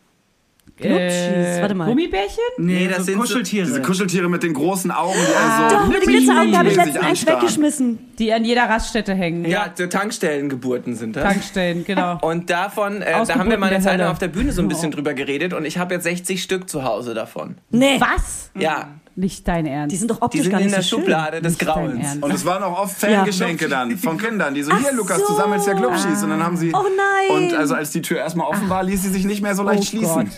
S1: Glubschis, warte mal.
S2: Gummibärchen?
S6: Nee,
S4: das sind
S6: das so sind
S4: so-
S6: Kuscheltiere.
S5: Diese Kuscheltiere mit den großen Augen, die ah, so
S1: Doch, mit den Oh, Glitzeraugen habe ich letztens eins
S5: anstarren.
S1: weggeschmissen.
S2: Die an jeder Raststätte hängen.
S4: Ja, so Tankstellengeburten sind das.
S2: Tankstellen, genau.
S4: und davon, äh, da haben wir
S2: Ausgeburten
S4: mal eine
S2: der
S4: Zeit lang
S2: Hölle. Oh.
S4: auf der Bühne so ein bisschen drüber geredet und ich habe jetzt 60 Stück zu Hause davon.
S1: Nee,
S2: Was?
S4: Ja,
S2: Nicht dein Ernst.
S1: die sind doch
S4: die
S1: optisch
S4: sind
S1: gar
S4: in
S1: nicht
S4: der
S1: so
S4: Schublade des
S2: Nicht dein
S4: Grauens.
S2: Ernst.
S5: Und es waren auch oft
S1: Ja.
S5: Fangeschenke dann von Kindern, die so,
S1: Ach
S5: hier Lukas,
S1: so.
S5: du sammelst ja Glubschis. Und dann haben sie...
S1: Oh nein.
S5: Und also als die Tür erstmal offen war, ließ sie sich nicht mehr so
S2: Oh
S5: leicht schließen.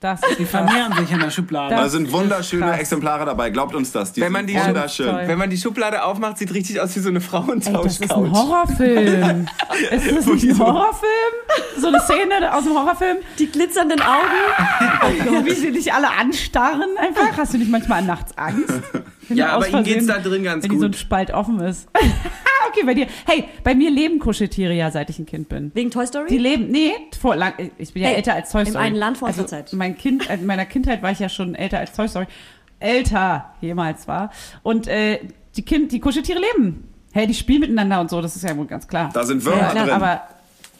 S2: Das ist
S6: Die vermehren sich in der
S2: Das-
S6: Schublade.
S5: Da sind wunderschöne
S2: krass.
S5: Exemplare dabei, glaubt uns das. Die
S4: Wenn
S5: sind
S4: man die-
S5: wunderschön.
S2: Ja, toll.
S4: Wenn man die Schublade aufmacht, sieht richtig aus wie so eine
S2: Das ist ein
S4: Frauentauschcouch.
S2: Horrorfilm. ist das nicht ein Horrorfilm? So eine Szene aus einem Horrorfilm,
S1: Die glitzernden Augen.
S2: wie sie dich alle anstarren einfach. Hast du nicht manchmal nachts Angst? Wenn
S4: Ja,
S2: du
S4: aber
S2: aus
S4: ihm geht's
S2: Versehen-
S4: da drin ganz
S2: Wenn die so ein
S4: gut.
S2: Spalt offen ist. (laughs) Ah, okay, bei dir. Hey, bei mir leben Kuscheltiere ja, seit ich ein Kind bin.
S1: Wegen Toy
S2: Die
S1: Story?
S2: leben, nee, vor lang, ich bin ja
S1: Hey,
S2: älter als Toy
S1: im
S2: Story. Also
S1: einen Land vor unserer Zeit.
S2: Mein Kind, in meiner Kindheit war ich ja schon älter als Toy Story. Älter jemals war. Und äh, die, kind, die Kuscheltiere leben. Hey, die spielen miteinander und so, das ist ja wohl ganz klar.
S5: Da sind Würmer
S2: klar,
S5: drin.
S2: Aber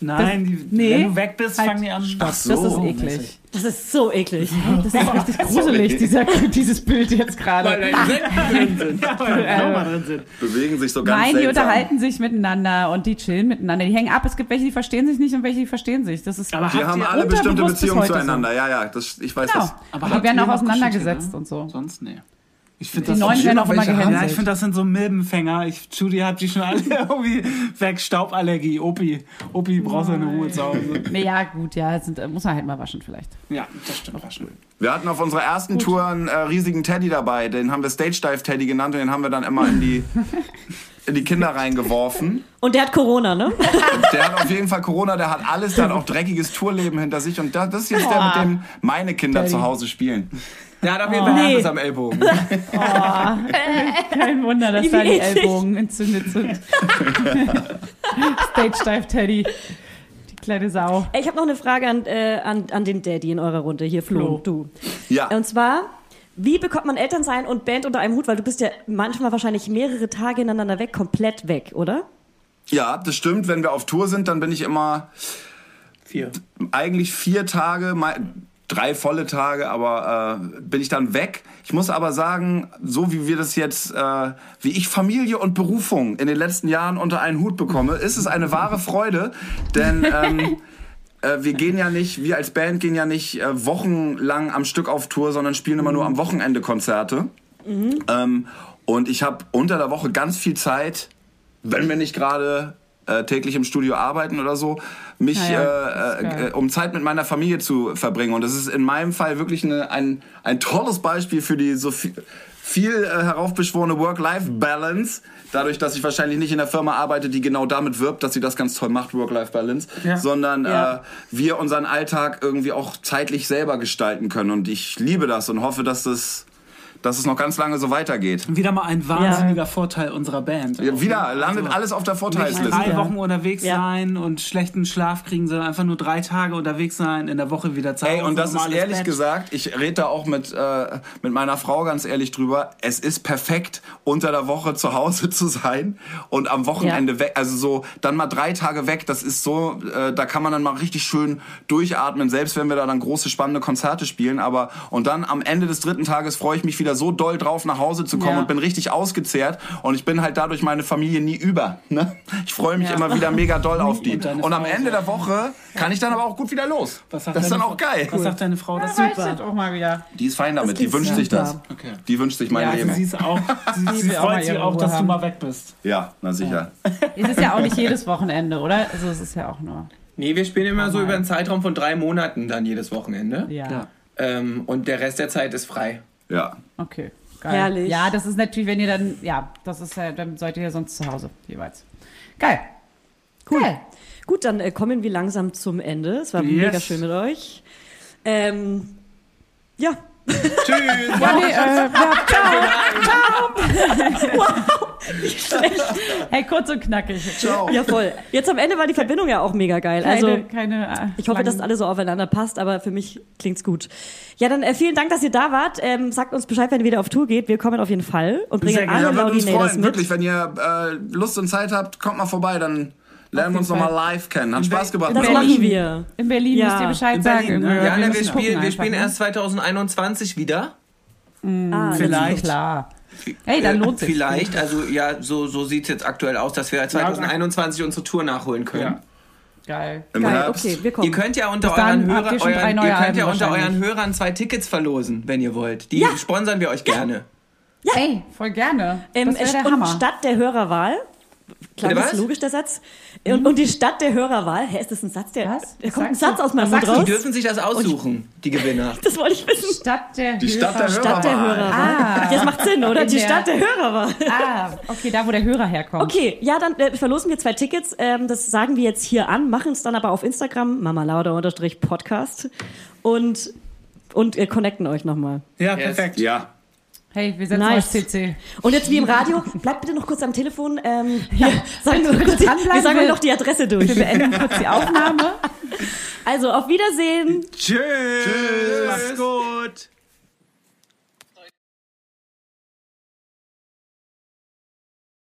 S6: Nein, die,
S2: Nee.
S6: wenn du weg bist,
S2: Halt.
S6: fangen die an.
S2: das ist
S5: So,
S2: eklig.
S1: Das ist so eklig.
S2: Das ist richtig gruselig, dieser, (laughs) dieses Bild jetzt
S4: Weil da
S2: gerade. (laughs)
S4: Insekten drin sind.
S6: Ja,
S2: Äh,
S6: weil da Würmer drin sind.
S5: Bewegen sich so ganz
S2: Nein, die
S5: seltsam.
S2: unterhalten sich miteinander und die chillen miteinander. Die hängen ab. Es gibt welche, die verstehen sich nicht und welche, die verstehen sich. Das ist
S6: Aber
S5: Wir
S6: habt
S5: haben
S6: ihr
S5: alle
S2: unterbewusst
S5: bestimmte
S2: bis
S5: Beziehungen
S2: heute so?
S5: zueinander. Ja, ja, das, ich weiß
S2: Genau.
S5: das.
S2: Aber
S6: habt
S2: die werden
S6: ihr
S2: auch
S6: noch
S2: auseinandergesetzt
S6: Kuscheltiere?
S2: und so.
S6: Sonst nee. Ich finde
S2: Die neuen werden auch immer
S6: Ja, ich
S2: gehänselt.
S6: finde, das sind so Milbenfänger. Ich, Judy hat die schon alle (laughs) irgendwie weg. Stauballergie. Opi, Opi brauchst du eine Ruhe zu Hause.
S2: Nee, Ja, gut, ja, sind, äh, muss man halt mal waschen vielleicht.
S6: Ja, das stimmt. War schön.
S5: Wir hatten auf unserer ersten Tour einen äh, riesigen Teddy dabei. Den haben wir Stage Dive Teddy genannt und den haben wir dann immer in
S2: (laughs)
S5: die, in die Kinder reingeworfen.
S1: Und der hat Corona, ne? (laughs)
S5: Der hat auf jeden Fall Corona, der hat alles, der hat auch dreckiges Tourleben hinter sich. Und da, das ist jetzt der, mit dem meine Kinder zu Hause spielen.
S4: Der hat auf jeden Fall
S1: Nee.
S4: Herpes am Ellbogen.
S2: Kein Wunder, dass
S1: Wie
S2: da die
S1: eklig.
S2: Ellbogen entzündet sind. (laughs) Stage Dive Teddy. Die kleine Sau.
S1: Ey, Ich habe noch eine Frage an, äh, an, an den Daddy in eurer Runde. Hier, Flo,
S2: Flo.
S1: du.
S5: Ja.
S1: Und zwar, wie bekommt man Elternsein und Band unter einem Hut? Weil du bist ja manchmal wahrscheinlich mehrere Tage hintereinander weg, komplett weg, oder?
S5: Ja, das stimmt. Wenn wir auf Tour sind, dann bin ich immer
S6: Vier.
S5: eigentlich vier Tage, mal- drei volle Tage, aber äh, bin ich dann weg. Ich muss aber sagen, so wie wir das jetzt, äh, wie ich Familie und Berufung in den letzten Jahren unter einen Hut bekomme, ist es eine wahre Freude, denn ähm, äh, wir gehen ja nicht, wir als Band gehen ja nicht äh, wochenlang am Stück auf Tour, sondern spielen immer nur am Wochenende Konzerte. Ähm, und ich habe unter der Woche ganz viel Zeit, wenn wir nicht gerade äh, täglich im Studio arbeiten oder so, mich
S2: Naja,
S5: äh,
S2: ist
S5: äh,
S2: geil.
S5: äh, um Zeit mit meiner Familie zu verbringen. Und das ist in meinem Fall wirklich eine, ein, ein tolles Beispiel für die so viel, viel äh, heraufbeschworene Work-Life-Balance. Dadurch, dass ich wahrscheinlich nicht in der Firma arbeite, die genau damit wirbt, dass sie das ganz toll macht, Work-Life-Balance, sondern
S1: Ja.
S5: äh, wir unseren Alltag irgendwie auch zeitlich selber gestalten können. Und ich liebe das und hoffe, dass das dass es noch ganz lange so weitergeht.
S6: Wieder mal ein wahnsinniger Vorteil unserer Band.
S5: Ja, wieder landet
S6: also
S5: alles auf der Vorteilsliste.
S6: Drei Wochen unterwegs
S1: Ja.
S6: sein und schlechten Schlaf kriegen, sondern einfach nur drei Tage unterwegs sein, in der Woche wieder Zeit.
S5: Ey, und das ist ehrlich gesagt, ich rede da auch mit, äh, mit meiner Frau ganz ehrlich drüber. Es ist perfekt, unter der Woche zu Hause zu sein und am Wochenende weg. Also so, dann mal drei Tage weg, das ist so, äh, da kann man dann mal richtig schön durchatmen, selbst wenn wir da dann große, spannende Konzerte spielen. Aber und dann am Ende des dritten Tages freue ich mich wieder wieder so doll drauf, nach Hause zu kommen
S2: Ja.
S5: und bin richtig ausgezehrt. Und ich bin halt dadurch meine Familie nie über. Ne? Ich freue mich immer wieder mega
S6: (laughs)
S5: doll auf die.
S6: Und deine
S5: Und, am
S6: Frau,
S5: Ende
S6: ja.
S5: der Woche kann ich dann aber auch gut wieder los. Das
S6: Was sagt
S5: ist
S6: deine
S5: dann
S6: Frau-
S5: auch geil.
S6: Was sagt deine Frau dazu?
S2: Weißt du das auch mal wieder.
S5: Die ist fein damit, die
S1: klingt
S5: wünscht sich
S1: super.
S5: das. Die wünscht sich mein
S6: Ja, also
S5: Leben.
S6: sie
S2: (laughs)
S6: ist auch, sie, sie
S2: will auch mal
S6: freut sich
S2: ihre
S6: auch,
S2: Ruhe
S6: dass du
S2: haben.
S6: mal weg bist.
S5: Ja, na sicher.
S2: Es ist ja auch nicht jedes Wochenende, oder? Also es ist ja auch nur.
S4: Nee, wir spielen immer so über einen Zeitraum von drei Monaten dann jedes Wochenende.
S2: Ja.
S4: Ähm, und der Rest der Zeit ist frei.
S5: Ja.
S2: Okay. Geil.
S1: Herrlich.
S2: Ja, das ist natürlich, wenn ihr dann, ja, das ist ja, dann seid ihr ja sonst zu Hause jeweils. Geil.
S1: Cool.
S2: Geil.
S1: Gut, dann äh, kommen wir langsam zum Ende. Es war
S6: Yes.
S1: mega schön mit euch. Ähm, ja.
S2: Ja, nee, äh, ja, ciao. ciao. (laughs) hey, kurz und knackig.
S1: ja, voll. Jetzt am Ende war die Verbindung ja auch mega geil.
S2: Keine,
S1: Also
S2: keine, äh,
S1: ich hoffe, dass
S2: langen-
S1: alle so aufeinander passt, aber für mich klingt's gut. Ja, dann äh, vielen Dank, dass ihr da wart. Ähm, sagt uns Bescheid, wenn ihr wieder auf Tour geht. Wir kommen auf jeden Fall und bringen
S5: Ja,
S1: alle
S5: würde uns
S1: Laudinators
S5: freuen,
S1: mit.
S5: wirklich. Wenn ihr äh, Lust und Zeit habt, kommt mal vorbei, dann lernen wir uns nochmal live kennen. Hat Spaß gebracht.
S1: Das
S5: Bis dann.
S1: machen wir.
S2: In Berlin
S1: Ja.
S2: müsst ihr Bescheid
S6: In
S2: sagen.
S6: Berlin,
S2: Irgendwie,
S6: ne?
S4: Ja,
S6: wir
S4: na, wir
S6: müssen
S4: spielen,
S2: gucken
S4: wir
S2: einfach,
S4: spielen
S2: ne?
S4: erst 2021 wieder.
S1: Ah,
S6: Vielleicht.
S2: Klar. Hey, dann
S4: Äh,
S2: lohnt sich.
S4: Vielleicht, also ja, so, so sieht es jetzt aktuell aus, dass wir 2021 unsere Tour nachholen können.
S2: Geil.
S4: Ähm,
S5: Im
S1: Geil,
S5: Herbst.
S1: okay, wir
S4: Ihr
S1: kommen.
S4: könnt ja unter
S2: Bis dann
S4: euren,
S2: habt
S4: Hörer,
S2: ihr schon drei
S4: euren,
S2: neue
S4: ihr könnt ja
S2: Alben
S4: unter euren
S2: wahrscheinlich.
S4: Hörern zwei Tickets verlosen, wenn ihr wollt. Die sponsern wir euch gerne.
S2: Hey, voll gerne.
S1: Ähm,
S2: das wäre der
S1: und
S2: Hammer.
S1: Stadt der Hörerwahl. Klar,
S4: Bitte
S1: das ist
S4: was?
S1: logisch, der Satz. Und, und die Stadt der Hörerwahl. Hä, ist das ein Satz? Der,
S2: Was?
S1: Da kommt ein
S2: Sagst
S1: Satz
S2: du-
S1: aus meinem
S2: was
S1: Mund
S4: Die
S1: raus.
S4: dürfen sich das aussuchen, die Gewinner.
S1: Das wollte ich wissen.
S2: Stadt der
S5: Die Stadt der Hörer.
S1: Stadt der
S5: Hörerwahl.
S1: Hörerwahl. Das macht Sinn, oder?
S2: In
S1: Die
S2: der-
S1: Stadt der Hörerwahl.
S2: Ah, okay, da wo der Hörer herkommt.
S1: Okay, ja, dann äh, verlosen wir zwei Tickets. Ähm, das sagen wir jetzt hier an, machen es dann aber auf Instagram, mamalauda-podcast und, und äh, connecten euch nochmal.
S6: Ja, perfekt.
S5: Ja.
S2: Hey, wir setzen
S1: Nice.
S2: euch CC.
S1: Und jetzt wie im Radio, bleibt bitte noch kurz am Telefon.
S2: (laughs)
S1: Ähm, (laughs) ja, sagen wir, kurz die,
S2: dranbleiben,
S1: wir sagen
S2: wir-
S1: noch die Adresse durch.
S2: Wir beenden kurz
S1: (laughs)
S2: die Aufnahme.
S1: Also auf Wiedersehen.
S4: Tschüss. Macht's gut.